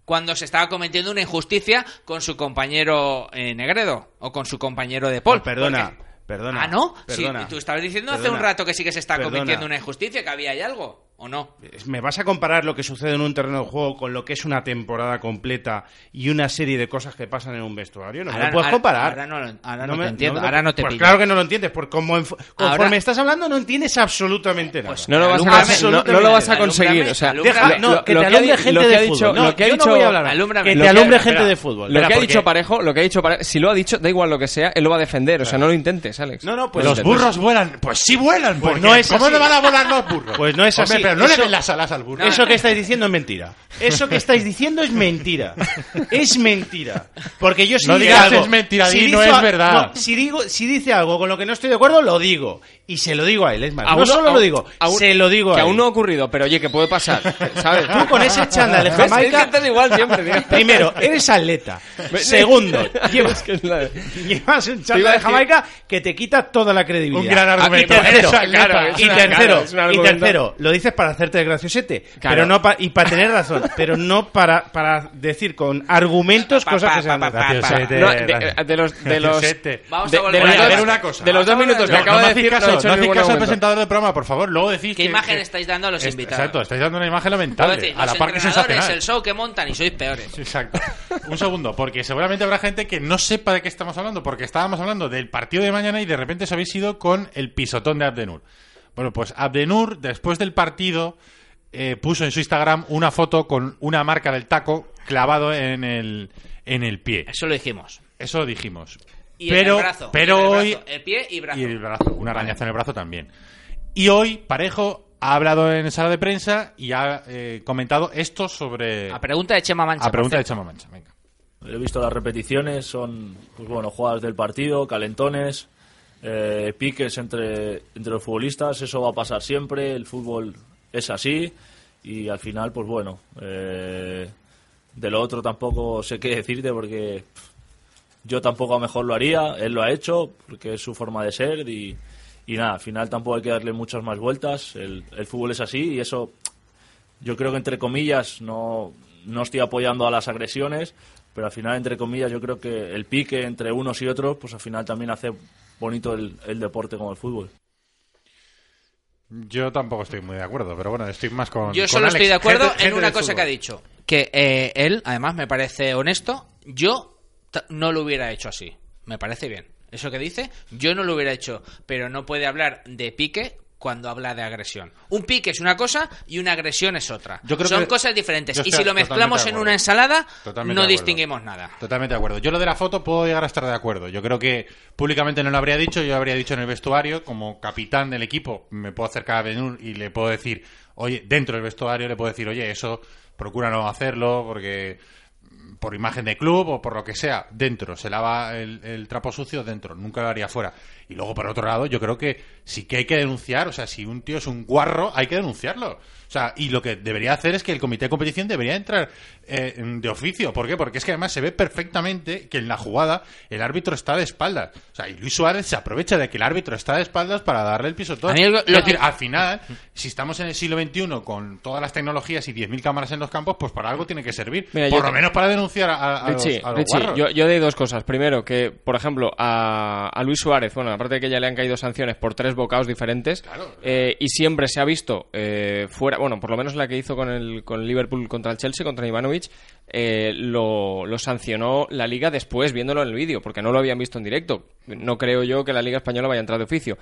Speaker 4: cuando se estaba cometiendo una injusticia con su compañero eh, Negredo o con su compañero de Paul.
Speaker 5: No, Pues perdona, perdona.
Speaker 4: Ah, ¿no? Sí,
Speaker 5: Perdona,
Speaker 4: tú estabas diciendo hace
Speaker 5: perdona,
Speaker 4: un rato que sí que se está
Speaker 5: perdona.
Speaker 4: cometiendo una injusticia, que había ahí algo, ¿o no?
Speaker 5: ¿Me vas a comparar lo que sucede en un terreno de juego con lo que es una temporada completa y una serie de cosas que pasan en un vestuario? No me
Speaker 4: Ahora-
Speaker 5: lo puedes
Speaker 4: ahora-
Speaker 5: comparar.
Speaker 4: ahora no lo- ahora no
Speaker 5: me-
Speaker 4: te entiendo,
Speaker 5: me lo-
Speaker 4: ahora no te
Speaker 5: Pues
Speaker 4: pillo.
Speaker 5: claro que no lo entiendes, porque como enfo- conforme
Speaker 4: Ahora-
Speaker 5: estás hablando no entiendes absolutamente nada.
Speaker 3: No lo, vas a,
Speaker 5: Absolutamente
Speaker 3: no, no lo vas a
Speaker 5: nada.
Speaker 3: conseguir. O sea,
Speaker 5: Deja-
Speaker 3: lo-
Speaker 5: no,
Speaker 3: lo-
Speaker 5: que
Speaker 3: lo
Speaker 5: te
Speaker 3: ha
Speaker 5: alumbre
Speaker 3: di-
Speaker 5: gente
Speaker 3: lo que
Speaker 5: de
Speaker 3: ha dicho-
Speaker 5: fútbol. No,
Speaker 3: lo que ha
Speaker 5: yo no
Speaker 3: dicho-
Speaker 5: voy a hablar. Alúmbrame. Que te alumbre
Speaker 3: Espera,
Speaker 5: gente
Speaker 3: espera.
Speaker 5: de fútbol.
Speaker 3: Lo
Speaker 5: Espera,
Speaker 3: que ha
Speaker 5: porque-
Speaker 3: dicho Parejo, lo que ha dicho Parejo, si lo ha dicho, da igual lo que sea, él lo va a defender. O sea, no lo intentes, Alex.
Speaker 5: No, no, pues
Speaker 3: lo
Speaker 2: Los
Speaker 3: intentes.
Speaker 2: burros vuelan. Pues sí vuelan.
Speaker 5: Pues
Speaker 2: porque
Speaker 5: no es
Speaker 2: ¿Cómo
Speaker 5: así.
Speaker 2: no van a volar los burros?
Speaker 5: Pues no es
Speaker 2: Hombre,
Speaker 5: así.
Speaker 2: pero no le
Speaker 5: Eso-
Speaker 2: ven las alas al burro.
Speaker 5: Eso que estáis diciendo es mentira. Eso que estáis diciendo es mentira. Es mentira. Porque yo si
Speaker 2: No
Speaker 5: digo
Speaker 2: digas
Speaker 5: algo-
Speaker 2: es mentira,
Speaker 5: si
Speaker 2: di,
Speaker 5: digo
Speaker 2: no es
Speaker 5: a-
Speaker 2: verdad.
Speaker 5: no, si, digo, si dice algo con lo que no estoy de acuerdo, lo digo. Y se lo digo a él, es más.
Speaker 3: Aún
Speaker 5: No solo
Speaker 3: aún-
Speaker 5: lo digo,
Speaker 3: aún-
Speaker 5: se lo digo a
Speaker 3: Que
Speaker 5: él.
Speaker 3: aún no ha ocurrido, pero oye, que puede pasar. ¿Sabes?
Speaker 5: Tú con ese chándal de
Speaker 3: ¿Ves? Es que
Speaker 5: Jamaica-
Speaker 3: estás igual siempre, tío.
Speaker 5: Primero, eres atleta. Segundo, llevas,
Speaker 3: Es que es la-
Speaker 5: llevas un
Speaker 3: Te iba a
Speaker 5: chándal de
Speaker 3: decir-
Speaker 5: Jamaica que te quita toda la credibilidad.
Speaker 2: Un gran
Speaker 5: Ah,
Speaker 2: argumento.
Speaker 5: Y tercero,
Speaker 2: Eres atleta.
Speaker 5: claro,
Speaker 2: Es
Speaker 5: y
Speaker 2: una
Speaker 5: tercero,
Speaker 3: cara, ¿eh? es un
Speaker 5: y
Speaker 3: argumento.
Speaker 5: tercero, lo dices para hacerte el graciosete
Speaker 3: Claro.
Speaker 5: pero no pa- y para tener razón, pero no para, para decir con argumentos
Speaker 4: Pa, pa,
Speaker 5: cosas
Speaker 4: pa,
Speaker 5: que sean
Speaker 4: pa, pa,
Speaker 5: graciosas.
Speaker 4: pa, pa.
Speaker 2: Graciosete.
Speaker 3: No, de, de los de los
Speaker 2: Sete.
Speaker 4: Vamos
Speaker 3: de-
Speaker 4: a volver
Speaker 3: de los
Speaker 4: a
Speaker 3: dos-
Speaker 4: ver
Speaker 2: una cosa.
Speaker 3: de los dos
Speaker 4: Vamos a
Speaker 3: minutos que
Speaker 4: ver-
Speaker 3: acaba
Speaker 2: no
Speaker 3: de
Speaker 2: hacéis
Speaker 3: decir no
Speaker 2: caso,
Speaker 3: he
Speaker 2: no
Speaker 3: hecho
Speaker 2: hacéis
Speaker 3: ningún
Speaker 2: caso al
Speaker 3: argumento.
Speaker 2: presentador del programa, por favor. Luego decís
Speaker 4: ¿Qué
Speaker 2: que-
Speaker 4: imagen
Speaker 2: que-
Speaker 4: estáis dando a los
Speaker 2: Es-
Speaker 4: invitados?
Speaker 2: Exacto, estáis dando una imagen
Speaker 4: Puedo
Speaker 2: lamentable.
Speaker 4: decir,
Speaker 2: a la
Speaker 4: los
Speaker 2: par que
Speaker 4: entrenadores,
Speaker 2: sensacional.
Speaker 4: el show que montan y sois peores.
Speaker 2: Exacto. Un segundo, porque seguramente habrá gente que no sepa de qué estamos hablando, porque estábamos hablando del partido de mañana y de repente os habéis ido con el pisotón de Abdenur. Bueno, pues Abdenur, después del partido, eh, puso en su Instagram una foto con una marca del taco clavado en el, en el pie.
Speaker 4: Eso lo dijimos.
Speaker 2: Eso dijimos.
Speaker 4: Y en
Speaker 2: pero
Speaker 4: el brazo.
Speaker 2: pero
Speaker 4: y en el
Speaker 2: hoy.
Speaker 4: brazo, el pie y brazo.
Speaker 2: Y el brazo, una arañazo en el brazo también. Y hoy Parejo ha hablado en sala de prensa y ha eh, comentado esto sobre.
Speaker 4: A pregunta de Chema Mancha.
Speaker 2: a pregunta
Speaker 4: por
Speaker 2: de Chama Mancha. Venga.
Speaker 13: He visto las repeticiones, son pues bueno, jugadas del partido, calentones, eh, piques entre, entre los futbolistas, eso va a pasar siempre, el fútbol es así y al final, pues bueno, eh, de lo otro tampoco sé qué decirte porque pff, yo tampoco a lo mejor lo haría, él lo ha hecho porque es su forma de ser y, y nada, al final tampoco hay que darle muchas más vueltas, el, el fútbol es así y eso yo creo que entre comillas no, no estoy apoyando a las agresiones, pero al final entre comillas yo creo que el pique entre unos y otros pues al final también hace bonito el, el deporte como el fútbol.
Speaker 2: Yo tampoco estoy muy de acuerdo, pero bueno, estoy más con.
Speaker 4: Yo
Speaker 2: con
Speaker 4: solo
Speaker 2: Alex.
Speaker 4: estoy de acuerdo
Speaker 2: Gente-
Speaker 4: en
Speaker 2: gente
Speaker 4: una
Speaker 2: del
Speaker 4: cosa que ha
Speaker 2: fútbol.
Speaker 4: dicho. Que eh, él, además, me parece honesto. Yo ta- no lo hubiera hecho así. Me parece bien. Eso que dice, yo no lo hubiera hecho. Pero no puede hablar de pique cuando habla de agresión. Un pique es una cosa y una agresión es otra.
Speaker 2: Yo creo
Speaker 4: Son
Speaker 2: que-
Speaker 4: cosas diferentes. Y
Speaker 2: yo estoy
Speaker 4: si lo
Speaker 2: totalmente
Speaker 4: mezclamos
Speaker 2: de
Speaker 4: en
Speaker 2: acuerdo.
Speaker 4: una ensalada,
Speaker 2: Totalmente de
Speaker 4: no
Speaker 2: acuerdo.
Speaker 4: distinguimos nada.
Speaker 2: Totalmente de acuerdo. Yo lo de la foto puedo llegar a estar de acuerdo. Yo creo que públicamente no lo habría dicho, yo lo habría dicho en el vestuario, como capitán del equipo, me puedo acercar a Benur y le puedo decir, oye, dentro del vestuario le puedo decir, oye, eso procura no hacerlo porque mm, por imagen de club o por lo que sea, dentro, se lava el, el trapo sucio dentro, nunca lo haría fuera. Y luego, por otro lado, yo creo que sí que hay que denunciar, o sea, si un tío es un guarro, hay que denunciarlo. O sea, y lo que debería hacer es que el comité de competición debería entrar eh, de oficio. ¿Por qué? Porque es que además se ve perfectamente que en la jugada el árbitro está de espaldas. O sea, y Luis Suárez se aprovecha de que el árbitro está de espaldas para darle el pisotón.
Speaker 4: A mí lo-
Speaker 2: Es
Speaker 4: lo-
Speaker 2: decir, al final, si estamos en el siglo XXI con todas las tecnologías y 10.000 cámaras en los campos, pues para algo tiene que servir.
Speaker 3: Mira,
Speaker 2: Por
Speaker 3: yo
Speaker 2: lo
Speaker 3: te-
Speaker 2: menos para denunciar a, a los,
Speaker 3: Richie,
Speaker 2: a los
Speaker 3: Richie,
Speaker 2: guarros.
Speaker 3: yo, yo doy dos cosas. Primero, que, por ejemplo, a, a Luis Suárez, bueno, aparte de que ya le han caído sanciones por tres bocados diferentes, eh, y siempre se ha visto eh, fuera, bueno, por lo menos la que hizo con el con Liverpool contra el Chelsea, contra Ivanovic, eh, lo, lo sancionó la liga después viéndolo en el vídeo, porque no lo habían visto en directo. No creo yo que la liga española vaya a entrar de oficio.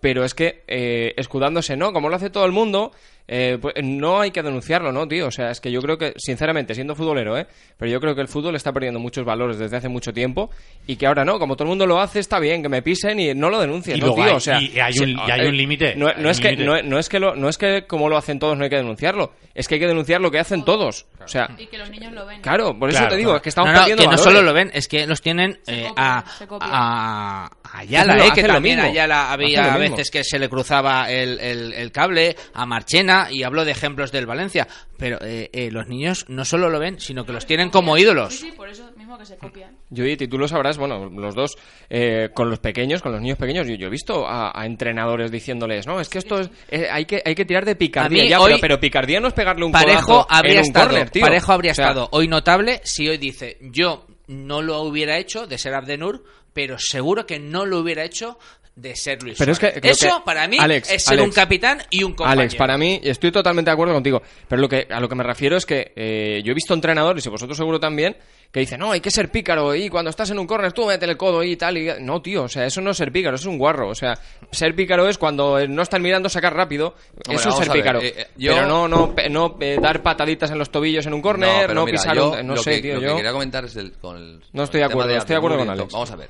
Speaker 3: Pero es que eh, escudándose, no, como lo hace todo el mundo, eh, pues, no hay que denunciarlo, ¿no, tío? O sea, es que yo creo que, sinceramente, siendo futbolero, ¿eh? Pero yo creo que el fútbol está perdiendo muchos valores desde hace mucho tiempo y que ahora no, como todo el mundo lo hace, está bien, que me pisen y no lo denuncien,
Speaker 14: Y
Speaker 3: ¿no,
Speaker 14: luego
Speaker 3: tío?
Speaker 14: hay-
Speaker 3: o sea,
Speaker 14: y hay un-
Speaker 3: sí,
Speaker 14: y hay un
Speaker 3: eh,
Speaker 14: límite,
Speaker 3: No,
Speaker 14: hay
Speaker 3: no es
Speaker 14: un
Speaker 3: que,
Speaker 14: límite.
Speaker 3: no, no es que lo- no es que como lo hacen todos no hay que denunciarlo, es que hay que denunciar lo que hacen todos. O sea,
Speaker 7: Y que los niños lo ven.
Speaker 3: claro, por eso
Speaker 4: Claro,
Speaker 3: te digo,
Speaker 4: claro.
Speaker 3: es que estamos
Speaker 4: No, no,
Speaker 3: perdiendo
Speaker 4: que no
Speaker 3: valores.
Speaker 4: solo lo ven, es que los tienen eh, a,
Speaker 7: se copian.
Speaker 4: a, a Ayala,
Speaker 3: Hacen lo-
Speaker 4: eh, que
Speaker 3: hacen lo
Speaker 4: también
Speaker 3: mismo.
Speaker 4: Ayala había
Speaker 3: Hacen
Speaker 4: a
Speaker 3: lo mismo.
Speaker 4: veces que se le cruzaba el, el- el cable, a Marchena, y habló de ejemplos del Valencia. Pero eh, eh, los niños no solo lo ven, sino que los tienen como ídolos.
Speaker 7: Sí, sí, por eso mismo que se copian.
Speaker 3: Judith, y tú lo sabrás, bueno, los dos, eh, con los pequeños, con los niños pequeños, yo, yo he visto a, a entrenadores diciéndoles, no, es que esto es, eh, hay, que, hay que tirar de picardía,
Speaker 4: A mí
Speaker 3: ya,
Speaker 4: hoy-
Speaker 3: pero, pero picardía no es pegarle un
Speaker 4: Parejo
Speaker 3: codazo en
Speaker 4: habría
Speaker 3: un
Speaker 4: estado,
Speaker 3: córner, tío.
Speaker 4: Parejo habría
Speaker 3: O sea,
Speaker 4: estado hoy notable si hoy dice yo no lo hubiera hecho de ser Abdenur, pero seguro que no lo hubiera hecho de ser Luis.
Speaker 3: Pero es
Speaker 4: Suárez".
Speaker 3: que creo
Speaker 4: eso
Speaker 3: que-
Speaker 4: para mí
Speaker 3: Alex,
Speaker 4: es ser
Speaker 3: Alex.
Speaker 4: un capitán y un compañero.
Speaker 3: Alex, para mí, estoy totalmente de acuerdo contigo. Pero lo que, a lo que me refiero es que eh, yo he visto entrenadores, y vosotros seguro también, que dicen, no, hay que ser pícaro, y cuando estás en un córner tú métele el codo y tal. Y... No, tío, o sea, eso no es ser pícaro, eso es un guarro. O sea, ser pícaro es cuando eh, no están mirando sacar rápido.
Speaker 6: Hombre,
Speaker 3: eso es
Speaker 6: vamos
Speaker 3: ser
Speaker 6: a ver,
Speaker 3: pícaro.
Speaker 6: eh, eh, yo-
Speaker 3: Pero no, no, pe- no eh, dar pataditas en los tobillos en un córner, no,
Speaker 6: pero mira,
Speaker 3: pisar
Speaker 6: yo
Speaker 3: un- No
Speaker 6: lo
Speaker 3: sé,
Speaker 6: que-
Speaker 3: tío,
Speaker 6: lo
Speaker 3: yo...
Speaker 6: que quería comentar es el, con el- con
Speaker 3: estoy
Speaker 6: el
Speaker 3: de
Speaker 6: tema
Speaker 3: acuerdo, estoy de acuerdo con
Speaker 6: Artur y
Speaker 3: Alex.
Speaker 6: todo. Vamos a ver.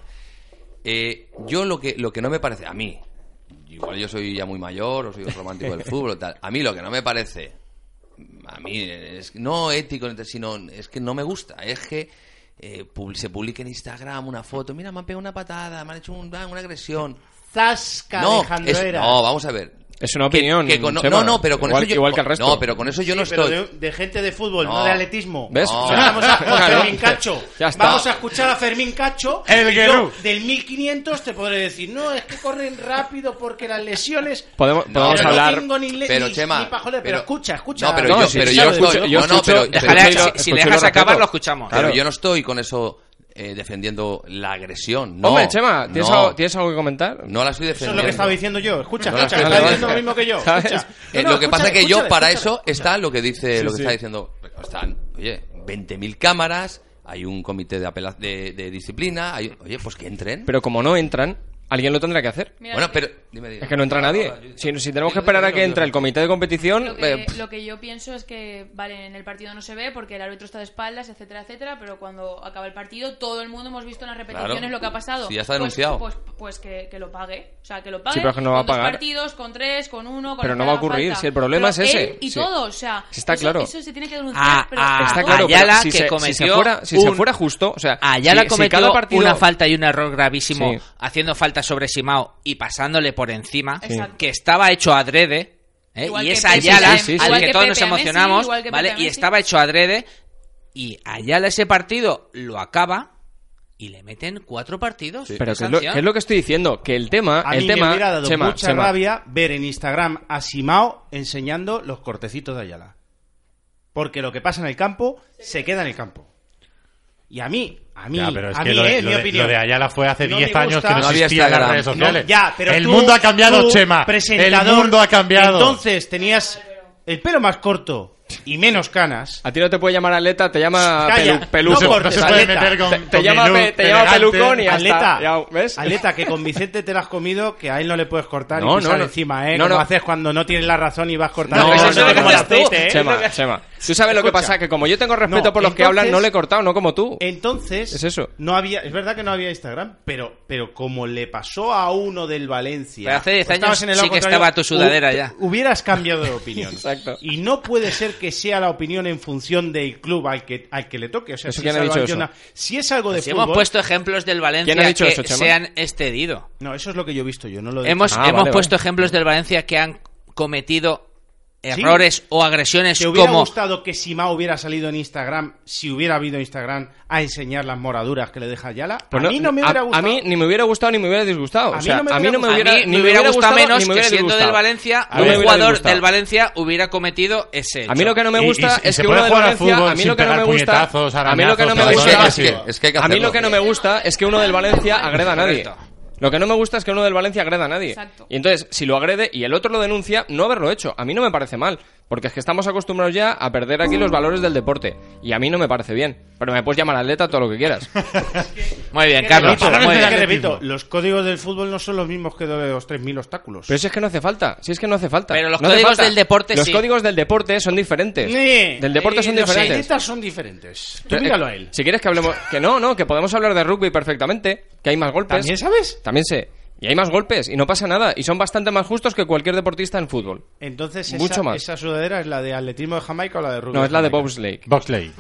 Speaker 6: Eh, yo lo que, lo que no me parece, a mí, igual yo soy ya muy mayor o soy un romántico del fútbol o tal, a mí lo que no me parece, a mí, es que no ético, sino es que no me gusta, es que eh, pub- se publique en Instagram una foto, mira, me han pegado una patada, me han hecho un- una agresión.
Speaker 5: Zasca,
Speaker 6: No, es-
Speaker 5: Alejandrera.
Speaker 6: no, vamos a ver.
Speaker 3: Es una opinión,
Speaker 6: Que- que con- no,
Speaker 3: Chema.
Speaker 6: no, no, pero con
Speaker 3: Igual-
Speaker 6: eso yo,
Speaker 3: igual que el resto.
Speaker 6: No, pero con eso yo
Speaker 5: Sí,
Speaker 6: no
Speaker 5: pero
Speaker 6: estoy.
Speaker 5: De, de gente de fútbol, no,
Speaker 6: No.
Speaker 5: de atletismo.
Speaker 6: ¿Ves?
Speaker 5: O
Speaker 6: O
Speaker 5: sea,
Speaker 6: sea,
Speaker 5: vamos a escuchar a
Speaker 6: claro.
Speaker 5: Fermín Cacho.
Speaker 6: Ya está.
Speaker 5: Vamos a escuchar a Fermín Cacho.
Speaker 6: El
Speaker 5: y yo,
Speaker 6: Guerrú.
Speaker 5: Del 1500 te podré decir, no, es que corren rápido porque las lesiones.
Speaker 3: Podemos-
Speaker 5: Pero
Speaker 3: podemos
Speaker 5: no
Speaker 3: hablar-
Speaker 5: tengo ni le-
Speaker 6: pero,
Speaker 5: ni-
Speaker 6: Chema,
Speaker 5: ni pa' joder, pero,
Speaker 6: pero-
Speaker 5: escucha, escucha.
Speaker 6: No, pero yo, pero yo estoy. no, no, pero,
Speaker 4: Déjale,
Speaker 6: pero-
Speaker 4: si- si le dejas acabar, lo escuchamos.
Speaker 6: Pero
Speaker 4: Claro.
Speaker 6: yo no estoy con eso eh, defendiendo la agresión. No,
Speaker 3: Hombre, Chema, ¿tienes,
Speaker 6: no,
Speaker 3: algo, ¿tienes algo que comentar?
Speaker 6: no la estoy
Speaker 5: Eso es
Speaker 6: defendiendo.
Speaker 5: lo que estaba diciendo yo. Escucha,
Speaker 6: No, no,
Speaker 5: escucha, que
Speaker 6: no,
Speaker 5: está
Speaker 6: no,
Speaker 5: diciendo
Speaker 6: no,
Speaker 5: lo
Speaker 6: no.
Speaker 5: mismo que yo.
Speaker 3: ¿Sabes?
Speaker 5: Escucha.
Speaker 6: Eh,
Speaker 5: No, no,
Speaker 6: lo que pasa
Speaker 5: escúchale,
Speaker 6: es que yo
Speaker 5: escúchale,
Speaker 6: para
Speaker 5: escúchale.
Speaker 6: eso está lo que dice
Speaker 3: Sí,
Speaker 6: lo que
Speaker 3: sí.
Speaker 6: está diciendo están oye 20.000 cámaras hay un comité de, apela- de, de disciplina hay, oye pues que entren
Speaker 3: Pero como no entran, alguien lo tendrá que hacer.
Speaker 6: bueno pero dime, dime.
Speaker 3: Es que no entra nadie. Si, si tenemos que esperar a que entre el comité de competición,
Speaker 7: Lo que,
Speaker 3: eh,
Speaker 7: lo que yo pienso es que, vale, en el partido no se ve porque el árbitro está de espaldas, etcétera, etcétera, pero cuando acaba el partido todo el mundo hemos visto en las repeticiones
Speaker 6: Claro.
Speaker 7: lo que ha pasado.
Speaker 6: Si ya está
Speaker 7: Pues-
Speaker 6: denunciado.
Speaker 7: Pues, pues, que, que lo pague. O sea, que lo pague.
Speaker 3: Sí, pero es que no va
Speaker 7: con
Speaker 3: a
Speaker 7: dos
Speaker 3: pagar.
Speaker 7: partidos, con tres, con uno, con
Speaker 3: Pero
Speaker 7: lo
Speaker 3: no
Speaker 7: que
Speaker 3: va a
Speaker 7: haga
Speaker 3: ocurrir,
Speaker 7: falta.
Speaker 3: si el problema
Speaker 7: Pero
Speaker 3: es ese.
Speaker 7: él y
Speaker 3: Sí.
Speaker 7: todo, o sea.
Speaker 3: Sí, está
Speaker 7: eso-
Speaker 3: claro.
Speaker 7: eso se tiene que denunciar.
Speaker 6: Ah,
Speaker 4: A-
Speaker 7: pero-
Speaker 4: a-
Speaker 3: está claro. pero
Speaker 4: Ayala
Speaker 3: si
Speaker 4: que
Speaker 3: se, si
Speaker 4: cometió
Speaker 3: se fuera, si se
Speaker 4: un-
Speaker 3: fuera justo, o sea,
Speaker 4: Ayala
Speaker 3: si, si
Speaker 4: Ah, cometió
Speaker 3: cada partido-
Speaker 4: una falta y un error gravísimo
Speaker 3: Sí.
Speaker 4: haciendo falta sobre Simao y pasándole por encima,
Speaker 3: Sí.
Speaker 4: que estaba hecho adrede. ¿eh?
Speaker 7: Igual
Speaker 4: Y
Speaker 7: que
Speaker 4: es
Speaker 7: Pepe,
Speaker 4: Ayala
Speaker 7: sí, sí, sí.
Speaker 4: al
Speaker 7: Igual
Speaker 4: que
Speaker 7: que
Speaker 4: todos
Speaker 7: Pepe
Speaker 4: nos
Speaker 7: a Messi,
Speaker 4: emocionamos,
Speaker 7: igual que Pepe
Speaker 4: ¿vale?
Speaker 7: a
Speaker 4: Y
Speaker 7: Messi.
Speaker 4: estaba hecho adrede y Ayala ese partido lo acaba y le meten cuatro partidos. de
Speaker 3: Pero que es, lo,
Speaker 4: sanción.
Speaker 3: que es lo que estoy diciendo, que el tema,
Speaker 5: A mí
Speaker 3: el tema,
Speaker 5: me hubiera dado
Speaker 3: Chema,
Speaker 5: mucha
Speaker 3: Chema,
Speaker 5: rabia ver en Instagram a Simao enseñando los cortecitos de Ayala. Porque lo que pasa en el campo se queda en el campo. Y a mí, a mí,
Speaker 2: Ya, pero es
Speaker 5: a
Speaker 2: que
Speaker 5: mí,
Speaker 2: lo, de-
Speaker 5: eh,
Speaker 2: lo
Speaker 5: mi
Speaker 2: de,
Speaker 5: opinión.
Speaker 2: lo de Ayala fue hace
Speaker 5: No
Speaker 2: 10
Speaker 5: me
Speaker 2: añas
Speaker 5: gusta-
Speaker 2: que no,
Speaker 6: No había
Speaker 2: existían las
Speaker 6: Instagram.
Speaker 2: redes sociales.
Speaker 5: No, ya, pero
Speaker 2: el
Speaker 5: tú-
Speaker 2: mundo ha cambiado,
Speaker 5: tú,
Speaker 2: Chema.
Speaker 5: presentador,
Speaker 2: el mundo ha cambiado.
Speaker 5: Entonces tenías el pelo más corto y menos canas.
Speaker 3: a ti no te puede llamar atleta, te llama
Speaker 5: Calla,
Speaker 3: pelu- peluco.
Speaker 5: no cortes,
Speaker 2: No se puede
Speaker 5: atleta.
Speaker 2: meter con-
Speaker 3: Te- te
Speaker 2: con
Speaker 3: llama
Speaker 2: mi look
Speaker 3: pe- te llama
Speaker 2: elegante.
Speaker 3: pelucón y ya
Speaker 5: Aleta,
Speaker 3: está, ya, ¿ves?
Speaker 5: Aleta, que con Vicente te la has comido, que a él no le puedes cortar
Speaker 3: No,
Speaker 5: y pisar
Speaker 3: no, no.
Speaker 5: encima, ¿eh?
Speaker 3: No,
Speaker 5: No, Como
Speaker 3: no.
Speaker 5: haces cuando no tienes la razón y vas cortando.
Speaker 3: No,
Speaker 5: Eso
Speaker 3: no,
Speaker 5: es
Speaker 3: no,
Speaker 5: lo que
Speaker 3: no,
Speaker 5: haces
Speaker 3: no.
Speaker 5: tú, ¿eh? Es lo
Speaker 3: Chema,
Speaker 5: que-
Speaker 3: Chema, tú sabes lo que
Speaker 5: Escucha.
Speaker 3: pasa, que como yo tengo respeto
Speaker 5: No,
Speaker 3: por los que
Speaker 5: entonces-
Speaker 3: hablan, no le he cortado, no como tú.
Speaker 5: Entonces,
Speaker 3: Es eso.
Speaker 5: No había, es verdad que no había Instagram, pero, pero como le pasó a uno del Valencia.
Speaker 4: Pero hace 10
Speaker 5: o estabas
Speaker 4: años
Speaker 5: en el
Speaker 4: sí
Speaker 5: lado
Speaker 4: que
Speaker 5: contrario,
Speaker 4: estaba tu sudadera ya.
Speaker 5: Hubieras cambiado de opinión.
Speaker 3: Exacto.
Speaker 5: Y no puede ser que sea la opinión en función del club al que, al que le toque. O sea,
Speaker 3: ¿Eso
Speaker 5: si,
Speaker 3: quién
Speaker 5: es
Speaker 3: ha
Speaker 5: al
Speaker 3: dicho
Speaker 5: Barcelona- si es algo de
Speaker 4: Si
Speaker 5: fútbol.
Speaker 4: Pues hemos puesto ejemplos del Valencia
Speaker 3: ¿Quién ha dicho
Speaker 4: que
Speaker 3: eso, Chema?
Speaker 4: se han excedido.
Speaker 5: No, eso es lo que yo he visto yo, no lo he
Speaker 4: Hemos,
Speaker 5: dicho.
Speaker 3: Ah,
Speaker 4: hemos
Speaker 3: vale,
Speaker 4: puesto
Speaker 3: vale.
Speaker 4: ejemplos del Valencia que han cometido
Speaker 5: Sí.
Speaker 4: errores o agresiones
Speaker 5: ¿Te hubiera
Speaker 4: como
Speaker 5: gustado que Sima hubiera salido en Instagram, si hubiera habido Instagram, a enseñar las moraduras que le deja Yala?
Speaker 3: Pues
Speaker 5: a mí no me hubiera
Speaker 3: a
Speaker 5: gustado.
Speaker 3: mí ni me hubiera gustado ni me hubiera disgustado. O
Speaker 5: A mí
Speaker 3: sea,
Speaker 5: no me
Speaker 3: a mí no me
Speaker 5: hubiera
Speaker 3: hubiera,
Speaker 4: a mí
Speaker 3: ni
Speaker 4: me hubiera gustado
Speaker 3: ni
Speaker 4: menos
Speaker 3: me
Speaker 4: que
Speaker 3: hubiera
Speaker 4: siendo del
Speaker 3: disgustado.
Speaker 4: Valencia
Speaker 3: A
Speaker 4: un
Speaker 3: mí me hubiera
Speaker 4: jugador
Speaker 3: disgustado.
Speaker 4: del Valencia hubiera cometido ese hecho.
Speaker 3: A mí lo que no me
Speaker 2: Y- y-
Speaker 3: gusta
Speaker 2: y
Speaker 3: es
Speaker 2: se
Speaker 3: que
Speaker 2: puede
Speaker 3: uno del
Speaker 2: jugar al
Speaker 3: Valencia,
Speaker 2: fútbol
Speaker 3: a mí
Speaker 2: sin
Speaker 3: lo que no me
Speaker 2: pegar
Speaker 3: gusta,
Speaker 2: puñetazos,
Speaker 3: a mí lo que no me
Speaker 2: arañazos,
Speaker 3: gusta,
Speaker 2: es que-
Speaker 6: es que hay que
Speaker 3: a mí
Speaker 6: hacerlo.
Speaker 3: lo que no me gusta es que uno del Valencia agreda a nadie.
Speaker 4: Correcto.
Speaker 3: Lo que no me gusta es que uno del Valencia agreda a nadie.
Speaker 7: Exacto.
Speaker 3: Y entonces, si lo agrede y el otro lo denuncia, no haberlo hecho. A mí no me parece mal. Porque es que estamos acostumbrados ya a perder aquí los valores del deporte. Y a mí no me parece bien. Pero me puedes llamar atleta todo lo que quieras.
Speaker 4: Muy bien,
Speaker 3: Carlos,
Speaker 5: Repito,
Speaker 3: muy bien.
Speaker 5: que repito, los códigos del fútbol no son los mismos que de los 3.000 obstáculos.
Speaker 3: Pero si es que no hace falta, si es que no hace falta.
Speaker 4: Pero los
Speaker 3: No hace
Speaker 4: códigos
Speaker 3: falta.
Speaker 4: del deporte
Speaker 3: Los
Speaker 4: sí.
Speaker 3: códigos del deporte son diferentes.
Speaker 5: Eh,
Speaker 3: del deporte son
Speaker 5: eh, los
Speaker 3: diferentes.
Speaker 5: atletas son diferentes. Tú
Speaker 3: Pero, eh,
Speaker 5: míralo a él.
Speaker 3: Si quieres que hablemos. Que no, no, que podemos hablar de rugby perfectamente. Que hay más golpes.
Speaker 5: ¿También sabes?
Speaker 3: También sé. Y hay más golpes y no pasa nada. Y son bastante más justos que cualquier deportista en fútbol.
Speaker 5: Entonces,
Speaker 3: mucho
Speaker 5: esa,
Speaker 3: más.
Speaker 5: esa sudadera es la de atletismo de Jamaica o la de rugby.
Speaker 3: No, es la de
Speaker 5: Jamaica?
Speaker 3: bobsleigh.
Speaker 2: Bobsleigh.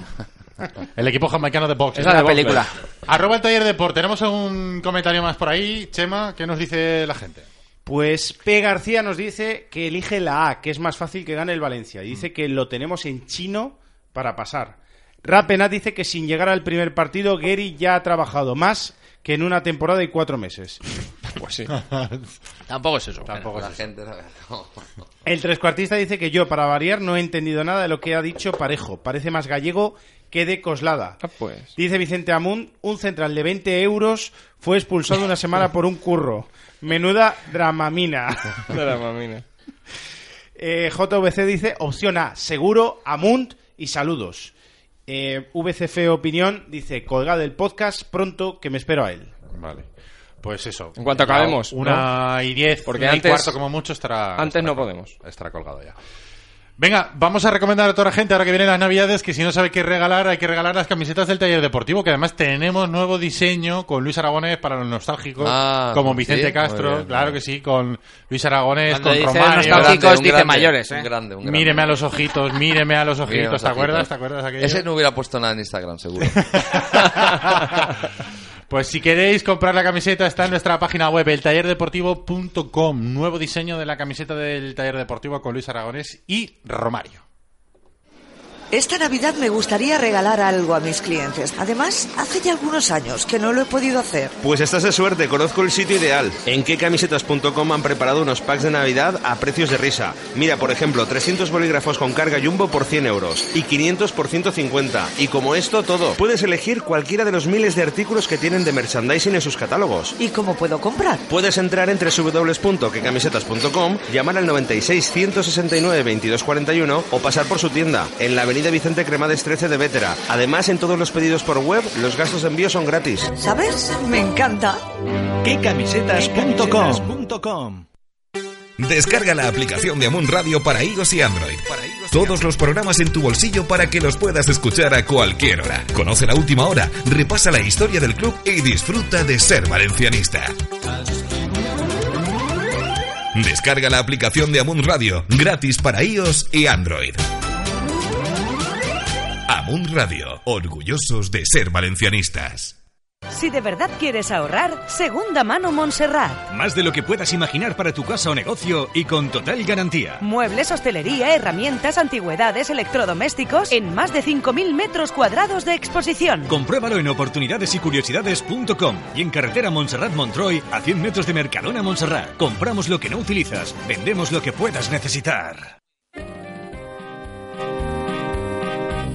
Speaker 2: El equipo jamaicano de box.
Speaker 3: Es la de Bobsleigh. película.
Speaker 2: Arroba el taller deport. Tenemos algún comentario más por ahí. Chema, ¿qué nos dice la gente?
Speaker 5: Pues P. García nos dice que elige la A, que es más fácil que gane el Valencia. Y
Speaker 2: Mm.
Speaker 5: Dice que lo tenemos en chino para pasar. Rapenat dice que sin llegar al primer partido, Gary ya ha trabajado más que en una temporada y cuatro meses.
Speaker 3: Pues sí.
Speaker 4: Tampoco es eso.
Speaker 5: Tampoco
Speaker 6: la
Speaker 5: es eso.
Speaker 6: gente, la verdad, no.
Speaker 5: El trescuartista dice que yo, para variar, no he entendido nada de lo que ha dicho Parejo. Parece más gallego que de Coslada.
Speaker 3: Ah, pues.
Speaker 5: Dice Vicente Amun, un central de 20 euros fue expulsado una semana por un curro. Menuda dramamina.
Speaker 3: De la mamina.
Speaker 5: Eh, JVC dice, opción A, seguro, Amunt y saludos. Eh, VCF Opinión dice, colgad el podcast pronto que me espero a él.
Speaker 2: Vale. Pues eso.
Speaker 3: En cuanto acabemos,
Speaker 2: Una y diez,
Speaker 3: Porque
Speaker 2: una y
Speaker 3: antes-
Speaker 2: cuarto como mucho estará.
Speaker 3: Antes no podemos.
Speaker 2: Estará colgado ya. Venga, vamos a recomendar a toda la gente ahora que vienen las navidades que si no sabe qué regalar, hay que regalar las camisetas del taller deportivo, que además tenemos nuevo diseño con Luis Aragonés para los nostálgicos,
Speaker 6: Ah,
Speaker 2: como Vicente
Speaker 6: ¿sí?
Speaker 2: Castro,
Speaker 6: Muy bien,
Speaker 2: claro
Speaker 6: muy
Speaker 2: que sí, con Luis Aragonés,
Speaker 4: Cuando
Speaker 2: con
Speaker 4: dice
Speaker 2: Romario.
Speaker 4: nostálgicos,
Speaker 6: grande, un
Speaker 4: dice
Speaker 6: grande,
Speaker 4: mayores, ¿eh?
Speaker 6: Un grande, un grande.
Speaker 2: Míreme a los ojitos, míreme a los
Speaker 6: Mira,
Speaker 2: ojitos,
Speaker 6: los
Speaker 2: ¿te acuerdas?
Speaker 6: ojitos.
Speaker 2: ¿Te acuerdas de aquello?
Speaker 6: Ese no hubiera puesto nada en Instagram, seguro.
Speaker 2: Pues si queréis comprar la camiseta está en nuestra página web eltallerdeportivo.com. Nuevo diseño de la camiseta del taller deportivo con Luis Aragonés y Romario.
Speaker 15: Esta Navidad me gustaría regalar algo a mis clientes. Además, hace ya algunos años que no lo he podido hacer.
Speaker 16: Pues estás de suerte, conozco el sitio ideal. En quecamisetas.com han preparado unos packs de Navidad a precios de risa. Mira, por ejemplo, 300 bolígrafos con carga jumbo por 100 euros y 500 por 150. Y como esto, todo. Puedes elegir cualquiera de los miles de artículos que tienen de merchandising en sus catálogos.
Speaker 15: ¿Y cómo puedo comprar?
Speaker 16: Puedes entrar en www.quecamisetas.com, llamar al 96 169 2241 o pasar por su tienda en la avenida Vicente Cremades 13 de Vétera. Además, en todos los pedidos por web, los gastos de envío son gratis.
Speaker 15: ¿Sabes? Me encanta.
Speaker 17: Quecamisetas.com
Speaker 12: Descarga la aplicación de Amun Radio para iOS y Android. Todos los programas en tu bolsillo para que los puedas escuchar a cualquier hora. Conoce la última hora, repasa la historia del club y disfruta de ser valencianista. Descarga la aplicación de Amun Radio, gratis para iOS y Android. Amun Radio, orgullosos de ser valencianistas.
Speaker 18: Si de verdad quieres ahorrar, segunda mano Montserrat.
Speaker 17: Más de lo que puedas imaginar para tu casa o negocio y con total garantía.
Speaker 18: Muebles, hostelería, herramientas, antigüedades, electrodomésticos en más de 5.000 metros cuadrados de exposición.
Speaker 17: Compruébalo en oportunidadesycuriosidades.com y en carretera Montserrat Montroy a 100 metros de Mercadona Montserrat. Compramos lo que no utilizas, vendemos lo que puedas necesitar.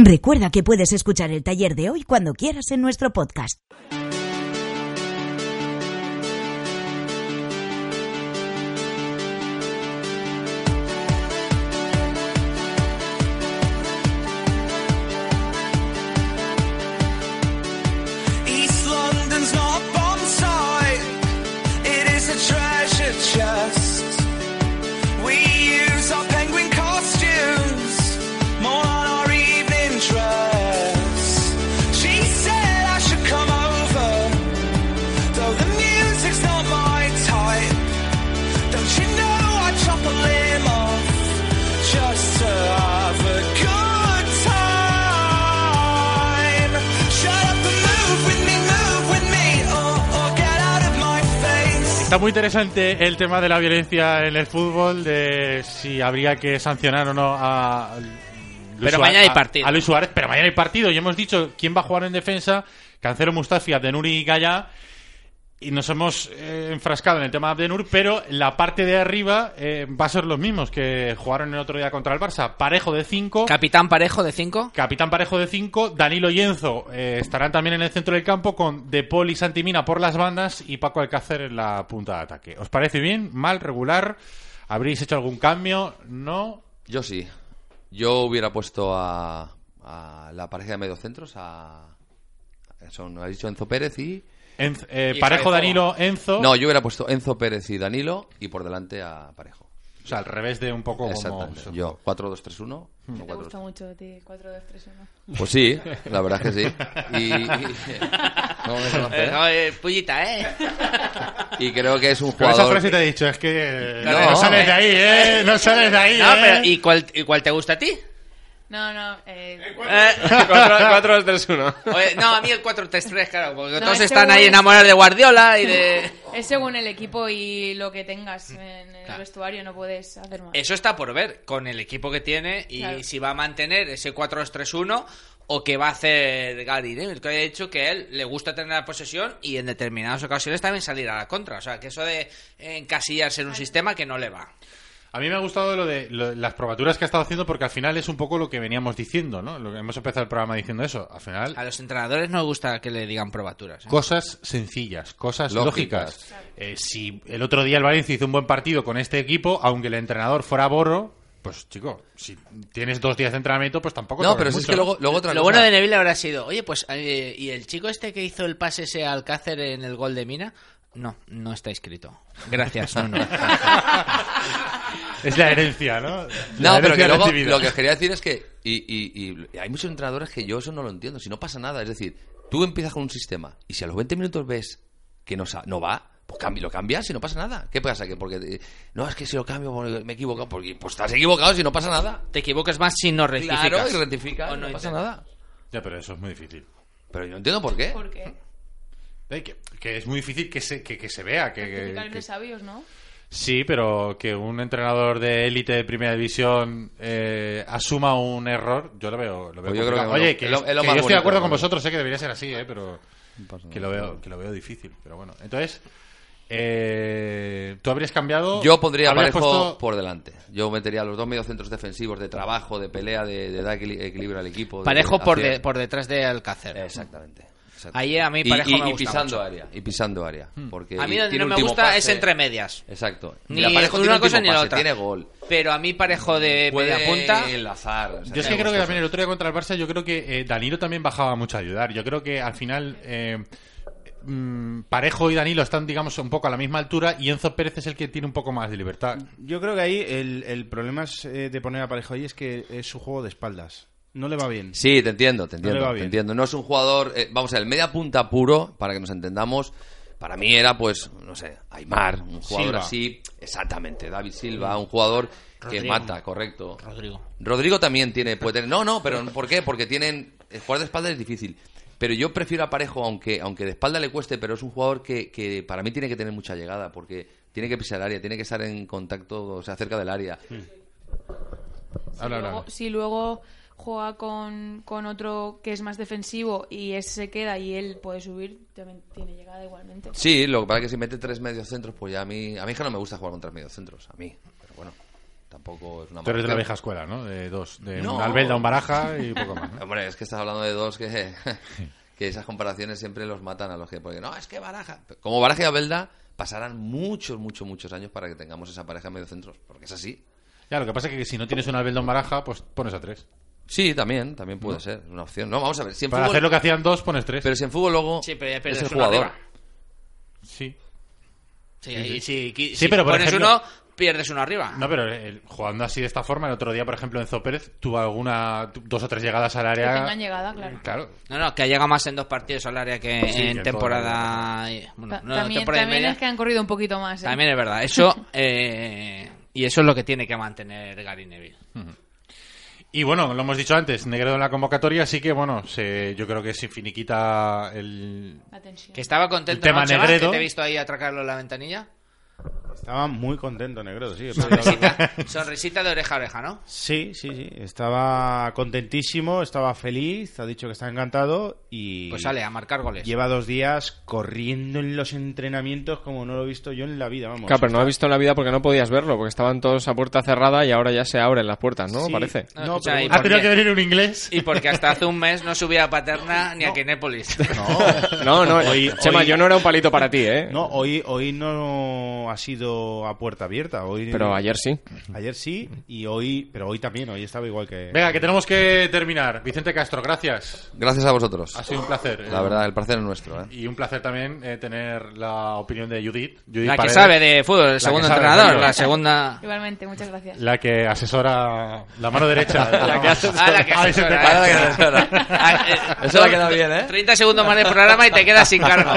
Speaker 8: Recuerda que puedes escuchar el taller de hoy cuando quieras en nuestro podcast.
Speaker 19: East London's not bomb site. It is a treasure chest. We use our penguin costumes more on our evening dress. She said I should come over Oh,
Speaker 2: Está muy interesante el tema de la violencia en el fútbol, de si habría que sancionar o no a. a Luis
Speaker 4: Pero
Speaker 2: Suárez-
Speaker 4: mañana hay
Speaker 2: a-
Speaker 4: partido.
Speaker 2: A, Luis Suárez, pero mañana hay partido. Y hemos dicho quién va a jugar en defensa: Cancelo Mustafi, Abdenuri y Gaya. Y nos hemos eh, enfrascado en el tema de Abdenur, pero la parte de arriba eh, va a ser los mismos que jugaron el otro día contra el Barça. Parejo de 5.
Speaker 4: Capitán Parejo de 5.
Speaker 2: Capitán Parejo de 5. Danilo y Enzo eh, estarán también en el centro del campo con De Paul y Santimina por las bandas y Paco Alcácer en la punta de ataque. ¿Os parece bien? ¿Mal? ¿Regular? ¿Habréis hecho algún cambio? ¿No?
Speaker 6: Yo sí. Yo hubiera puesto a, a la pareja de mediocentros a. Son, lo ha dicho Enzo Pérez y.
Speaker 2: Enz- eh, Y Parejo, Javi Danilo, Foga. Enzo.
Speaker 6: No, yo hubiera puesto Enzo Pérez y Danilo y por delante a Parejo.
Speaker 2: O sea, al revés de un poco como- Hmm.
Speaker 6: Exactamente. Yo, 4-2-3-1. o
Speaker 7: Te
Speaker 6: 4-2-3-1.
Speaker 7: gusta mucho, tío. 4, 2, 3, 1.
Speaker 6: Pues sí, la verdad es que sí. Y, y- no me conoce, ¿eh?
Speaker 4: pullita, ¿eh?
Speaker 6: Y creo que es un
Speaker 2: Con esa
Speaker 6: jugador.
Speaker 2: frase te he dicho, es que eh,
Speaker 6: No.
Speaker 2: no, sales de ahí, ¿eh? No sales de ahí,
Speaker 4: No,
Speaker 2: ¿eh?
Speaker 4: pero ¿y cuál, y cuál te gusta a ti?
Speaker 7: No, no. Eh,
Speaker 4: Eh,
Speaker 3: Cuatro, 2 3 1
Speaker 4: Oye, no, a mí el 4-3-3, claro, porque
Speaker 7: No,
Speaker 4: todos
Speaker 7: ese
Speaker 4: están
Speaker 7: güey
Speaker 4: ahí
Speaker 7: es-
Speaker 4: enamorados de Guardiola y de...
Speaker 7: Es según el equipo y lo que tengas en, en el vestuario, no puedes hacer más.
Speaker 4: Eso está por ver con el equipo que tiene y
Speaker 7: Claro.
Speaker 4: si va a mantener ese 4-2-3-1 o que va a hacer Gary Neville, que ha dicho que a él le gusta tener la posesión y en determinadas ocasiones también salir a la contra. O sea, que eso de encasillarse en un sistema que no le va.
Speaker 2: A mí me ha gustado lo de lo- las probaturas que ha estado haciendo porque al final es un poco lo que veníamos diciendo, ¿no? Lo que hemos empezado el programa diciendo eso. Al final
Speaker 4: A los entrenadores no les gusta que le digan probaturas. ¿eh?
Speaker 2: cosas sencillas, cosas
Speaker 4: Lógicas.
Speaker 2: lógicas. Eh, si el otro día el Valencia hizo un buen partido con este equipo, aunque el entrenador fuera Borro, pues chico, si tienes dos días de entrenamiento, pues tampoco. te abres mucho.
Speaker 4: Lo bueno de Neville habrá sido, oye, pues, eh, ¿y el chico este que hizo el pase ese a Alcácer en el gol de Mina? No, no está inscrito. Gracias, no, no.
Speaker 2: es la herencia, ¿no? La
Speaker 6: No, pero
Speaker 2: herencia
Speaker 6: que luego
Speaker 2: recibida.
Speaker 6: lo que os quería decir es que y, y- y hay muchos entrenadores que yo eso no lo entiendo, si no pasa nada, es decir, tú empiezas con un sistema y si a los 20 minutos ves que no, sa- no va, pues cambi- lo cambias y no pasa nada. ¿Qué pasa? Que porque eh, no es que si lo cambio porque me equivoco, porque pues estás equivocado si no pasa nada.
Speaker 4: Te equivocas más si no rectificas.
Speaker 6: Claro, y rectificas,
Speaker 4: O
Speaker 6: no,
Speaker 4: no
Speaker 6: pasa
Speaker 4: intentas.
Speaker 6: nada.
Speaker 2: Ya, pero eso es muy difícil.
Speaker 6: Pero yo no entiendo por qué.
Speaker 7: ¿Por qué?
Speaker 2: Eh, Que, que es muy difícil que se, que, que se vea. Que, que-
Speaker 7: Explicar
Speaker 2: que-
Speaker 7: de sabios, ¿no?
Speaker 2: sí, pero que un entrenador de élite de primera división eh, asuma un error, yo lo veo. Lo veo
Speaker 6: Pues yo creo que
Speaker 2: complicado. Oye,
Speaker 6: lo-
Speaker 2: que,
Speaker 6: es lo-
Speaker 2: es-
Speaker 6: es lo más
Speaker 2: que yo estoy de
Speaker 6: bonito,
Speaker 2: acuerdo
Speaker 6: ¿no?
Speaker 2: con vosotros, sé que debería ser así, eh, pero
Speaker 6: pasa nada.
Speaker 2: que lo veo que lo veo difícil. Pero bueno, entonces, eh, tú habrías cambiado.
Speaker 6: Yo pondría a
Speaker 2: habrías
Speaker 6: Parejo
Speaker 2: puesto-
Speaker 6: por delante. Yo metería los dos mediocentros defensivos de trabajo, de pelea, de, de dar equili- equilibrio al equipo. de-
Speaker 4: Parejo por,
Speaker 6: hacia-
Speaker 4: de- por detrás de Alcácer.
Speaker 6: Exactamente. Exacto.
Speaker 4: Ahí a mí
Speaker 6: Y-
Speaker 4: Parejo
Speaker 6: y,
Speaker 4: me
Speaker 6: y
Speaker 4: gusta
Speaker 6: pisando
Speaker 4: mucho.
Speaker 6: área. Y pisando área.
Speaker 4: Hmm.
Speaker 6: Porque
Speaker 4: A mí donde
Speaker 6: tiene
Speaker 4: no me
Speaker 6: último
Speaker 4: gusta
Speaker 6: pase.
Speaker 4: es entre medias.
Speaker 6: Exacto.
Speaker 4: Ni
Speaker 6: Mira, Parejo tiene
Speaker 4: una cosa ni
Speaker 6: último
Speaker 4: la
Speaker 6: pase,
Speaker 4: otra.
Speaker 6: Tiene gol.
Speaker 4: Pero a mí Parejo de
Speaker 6: Puede
Speaker 4: media punta...
Speaker 6: enlazar. o sea,
Speaker 2: Yo es que
Speaker 6: tiene
Speaker 2: creo que
Speaker 6: cosas.
Speaker 2: también el otro día contra el Barça, yo creo que eh, Danilo también bajaba mucho a ayudar. Yo creo que al final eh, mm, Parejo y Danilo están, digamos, un poco a la misma altura y Enzo Pérez es el que tiene un poco más de libertad.
Speaker 5: Yo creo que ahí el, el problema es, eh, de poner a Parejo ahí es que es su juego de espaldas. No le va bien.
Speaker 6: Sí, te entiendo, te
Speaker 5: No le
Speaker 6: entiendo.
Speaker 5: va
Speaker 6: te
Speaker 5: bien.
Speaker 6: entiendo. No es un jugador. eh, vamos a ver, el media punta puro, para que nos entendamos, para mí era, pues, no sé, Aymar, un jugador
Speaker 5: Silva. Mm.
Speaker 6: así. Exactamente, David Silva, un jugador que
Speaker 5: Rodrigo.
Speaker 6: mata, correcto.
Speaker 4: Rodrigo.
Speaker 6: Rodrigo también tiene, puede tener. No, no, pero ¿por qué? Porque tienen. el Jugar de espalda es difícil. Pero yo prefiero a Parejo, aunque, aunque de espalda le cueste, pero es un jugador que, que para mí tiene que tener mucha llegada, porque tiene que pisar área, tiene que estar en contacto, o sea, cerca del área.
Speaker 2: Hmm. Habla, habla,
Speaker 7: Luego,
Speaker 2: habla.
Speaker 7: si luego juega con, con otro que es más defensivo y ese se queda y él puede subir, también tiene llegada igualmente.
Speaker 6: Sí, lo que pasa es que si mete tres mediocentros, pues ya a mí. A mí es que no me gusta jugar contra mediocentros, a mí. Pero bueno, tampoco es una
Speaker 2: Tú eres de la
Speaker 6: mala
Speaker 2: vieja
Speaker 6: opción.
Speaker 2: escuela, ¿no? De dos. De
Speaker 6: No.
Speaker 2: un Albelda, un Baraja y poco más. ¿no?
Speaker 6: Hombre, es que estás hablando de dos que. que esas comparaciones siempre los matan a los que. Porque no, es que Baraja. Como Baraja y Abelda pasarán muchos, muchos, muchos años para que tengamos esa pareja de mediocentros. Porque es así.
Speaker 2: Ya, lo que pasa es que si no tienes un Albelda, un Baraja, pues pones a tres.
Speaker 6: Sí, también, también puede ser una opción. No, vamos a ver. Si en
Speaker 2: Para
Speaker 6: fútbol-
Speaker 2: hacer lo que hacían dos, pones tres.
Speaker 6: Pero si en fútbol luego
Speaker 4: Sí, pero ya
Speaker 6: es
Speaker 4: pierdes
Speaker 6: el
Speaker 4: uno
Speaker 6: jugador.
Speaker 4: arriba.
Speaker 2: Sí.
Speaker 4: Sí, ahí sí, qui-
Speaker 2: Sí,
Speaker 4: si
Speaker 2: pero por
Speaker 4: pones
Speaker 2: ejemplo-
Speaker 4: uno, pierdes uno arriba.
Speaker 2: No, pero el- jugando así de esta forma, el otro día, por ejemplo, Enzo Pérez tuvo alguna tu- dos o tres llegadas al área.
Speaker 7: Que tengan llegada, claro.
Speaker 2: Claro.
Speaker 4: No, no, que llega más en dos partidos al área que
Speaker 2: Sí, que
Speaker 4: en
Speaker 2: en
Speaker 4: temporada... Bueno,
Speaker 7: Ta-
Speaker 4: no,
Speaker 7: también
Speaker 4: temporada y
Speaker 7: también
Speaker 4: media.
Speaker 7: es que han corrido un poquito más. ¿eh?
Speaker 4: También es verdad. Eso... eh, y eso es lo que tiene que mantener Gary Neville.
Speaker 2: Y bueno, lo hemos dicho antes, Negredo en la convocatoria, así que bueno, se, yo creo que se finiquita el.
Speaker 4: Que estaba contento,
Speaker 2: El tema
Speaker 4: ¿no, chaval?
Speaker 2: Negredo.
Speaker 4: Que te he visto ahí atracarlo en la ventanilla.
Speaker 5: Estaba muy contento, Negredo, sí.
Speaker 4: Sonrisita, sonrisita de oreja a oreja, ¿no?
Speaker 5: Sí, sí, sí. Estaba contentísimo, estaba feliz, ha dicho que está encantado y...
Speaker 4: Pues sale a marcar goles.
Speaker 5: Lleva dos días corriendo en los entrenamientos como no lo he visto yo en la vida, vamos.
Speaker 3: Claro, pero no lo he visto en la vida porque no podías verlo, porque estaban todos a puerta cerrada y ahora ya se abren las puertas, ¿no?
Speaker 5: Sí.
Speaker 3: Parece.
Speaker 4: No, No, escucha, pero- Ah, ¿y
Speaker 2: Ha
Speaker 4: por
Speaker 2: tenido
Speaker 4: qué?
Speaker 2: que venir un inglés.
Speaker 4: Y porque hasta hace un mes no subía a Paterna ni a Kinépolis.
Speaker 3: No, no, eh, Chema, yo no era un palito para ti, ¿eh?
Speaker 5: No, hoy, hoy no ha sido a puerta abierta. Hoy...
Speaker 3: Pero ayer sí.
Speaker 5: Ayer sí, y hoy, pero hoy también, hoy estaba igual que...
Speaker 2: Venga, que tenemos que terminar. Vicente Castro, gracias.
Speaker 6: Gracias a vosotros.
Speaker 2: Ha sido un placer.
Speaker 6: La verdad, el placer es nuestro, ¿eh?
Speaker 2: Y un placer también eh, tener la opinión de Judith. Judith
Speaker 4: La que
Speaker 2: Paredes.
Speaker 4: sabe de fútbol,
Speaker 2: La
Speaker 4: el segundo
Speaker 2: que sabe de
Speaker 4: entrenador,
Speaker 2: fútbol.
Speaker 4: la segunda...
Speaker 7: Igualmente, muchas gracias.
Speaker 2: La que asesora la mano derecha.
Speaker 4: La que asesora. Ah, la que
Speaker 2: A ver si te
Speaker 4: asesora.
Speaker 2: pasa.
Speaker 6: Eso le queda bien, ¿eh?
Speaker 4: 30 segundos más de programa y te quedas sin cargo.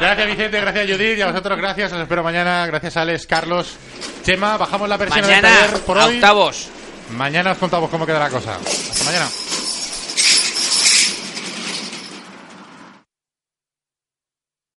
Speaker 2: Gracias Vicente, gracias Judith y a vosotros gracias. Os espero mañana. Gracias Alex, Carlos, Chema. Bajamos la persiana
Speaker 4: Mañana,
Speaker 2: del taller por
Speaker 4: a
Speaker 2: hoy.
Speaker 4: octavos.
Speaker 2: Mañana os contamos cómo queda la cosa. Hasta mañana.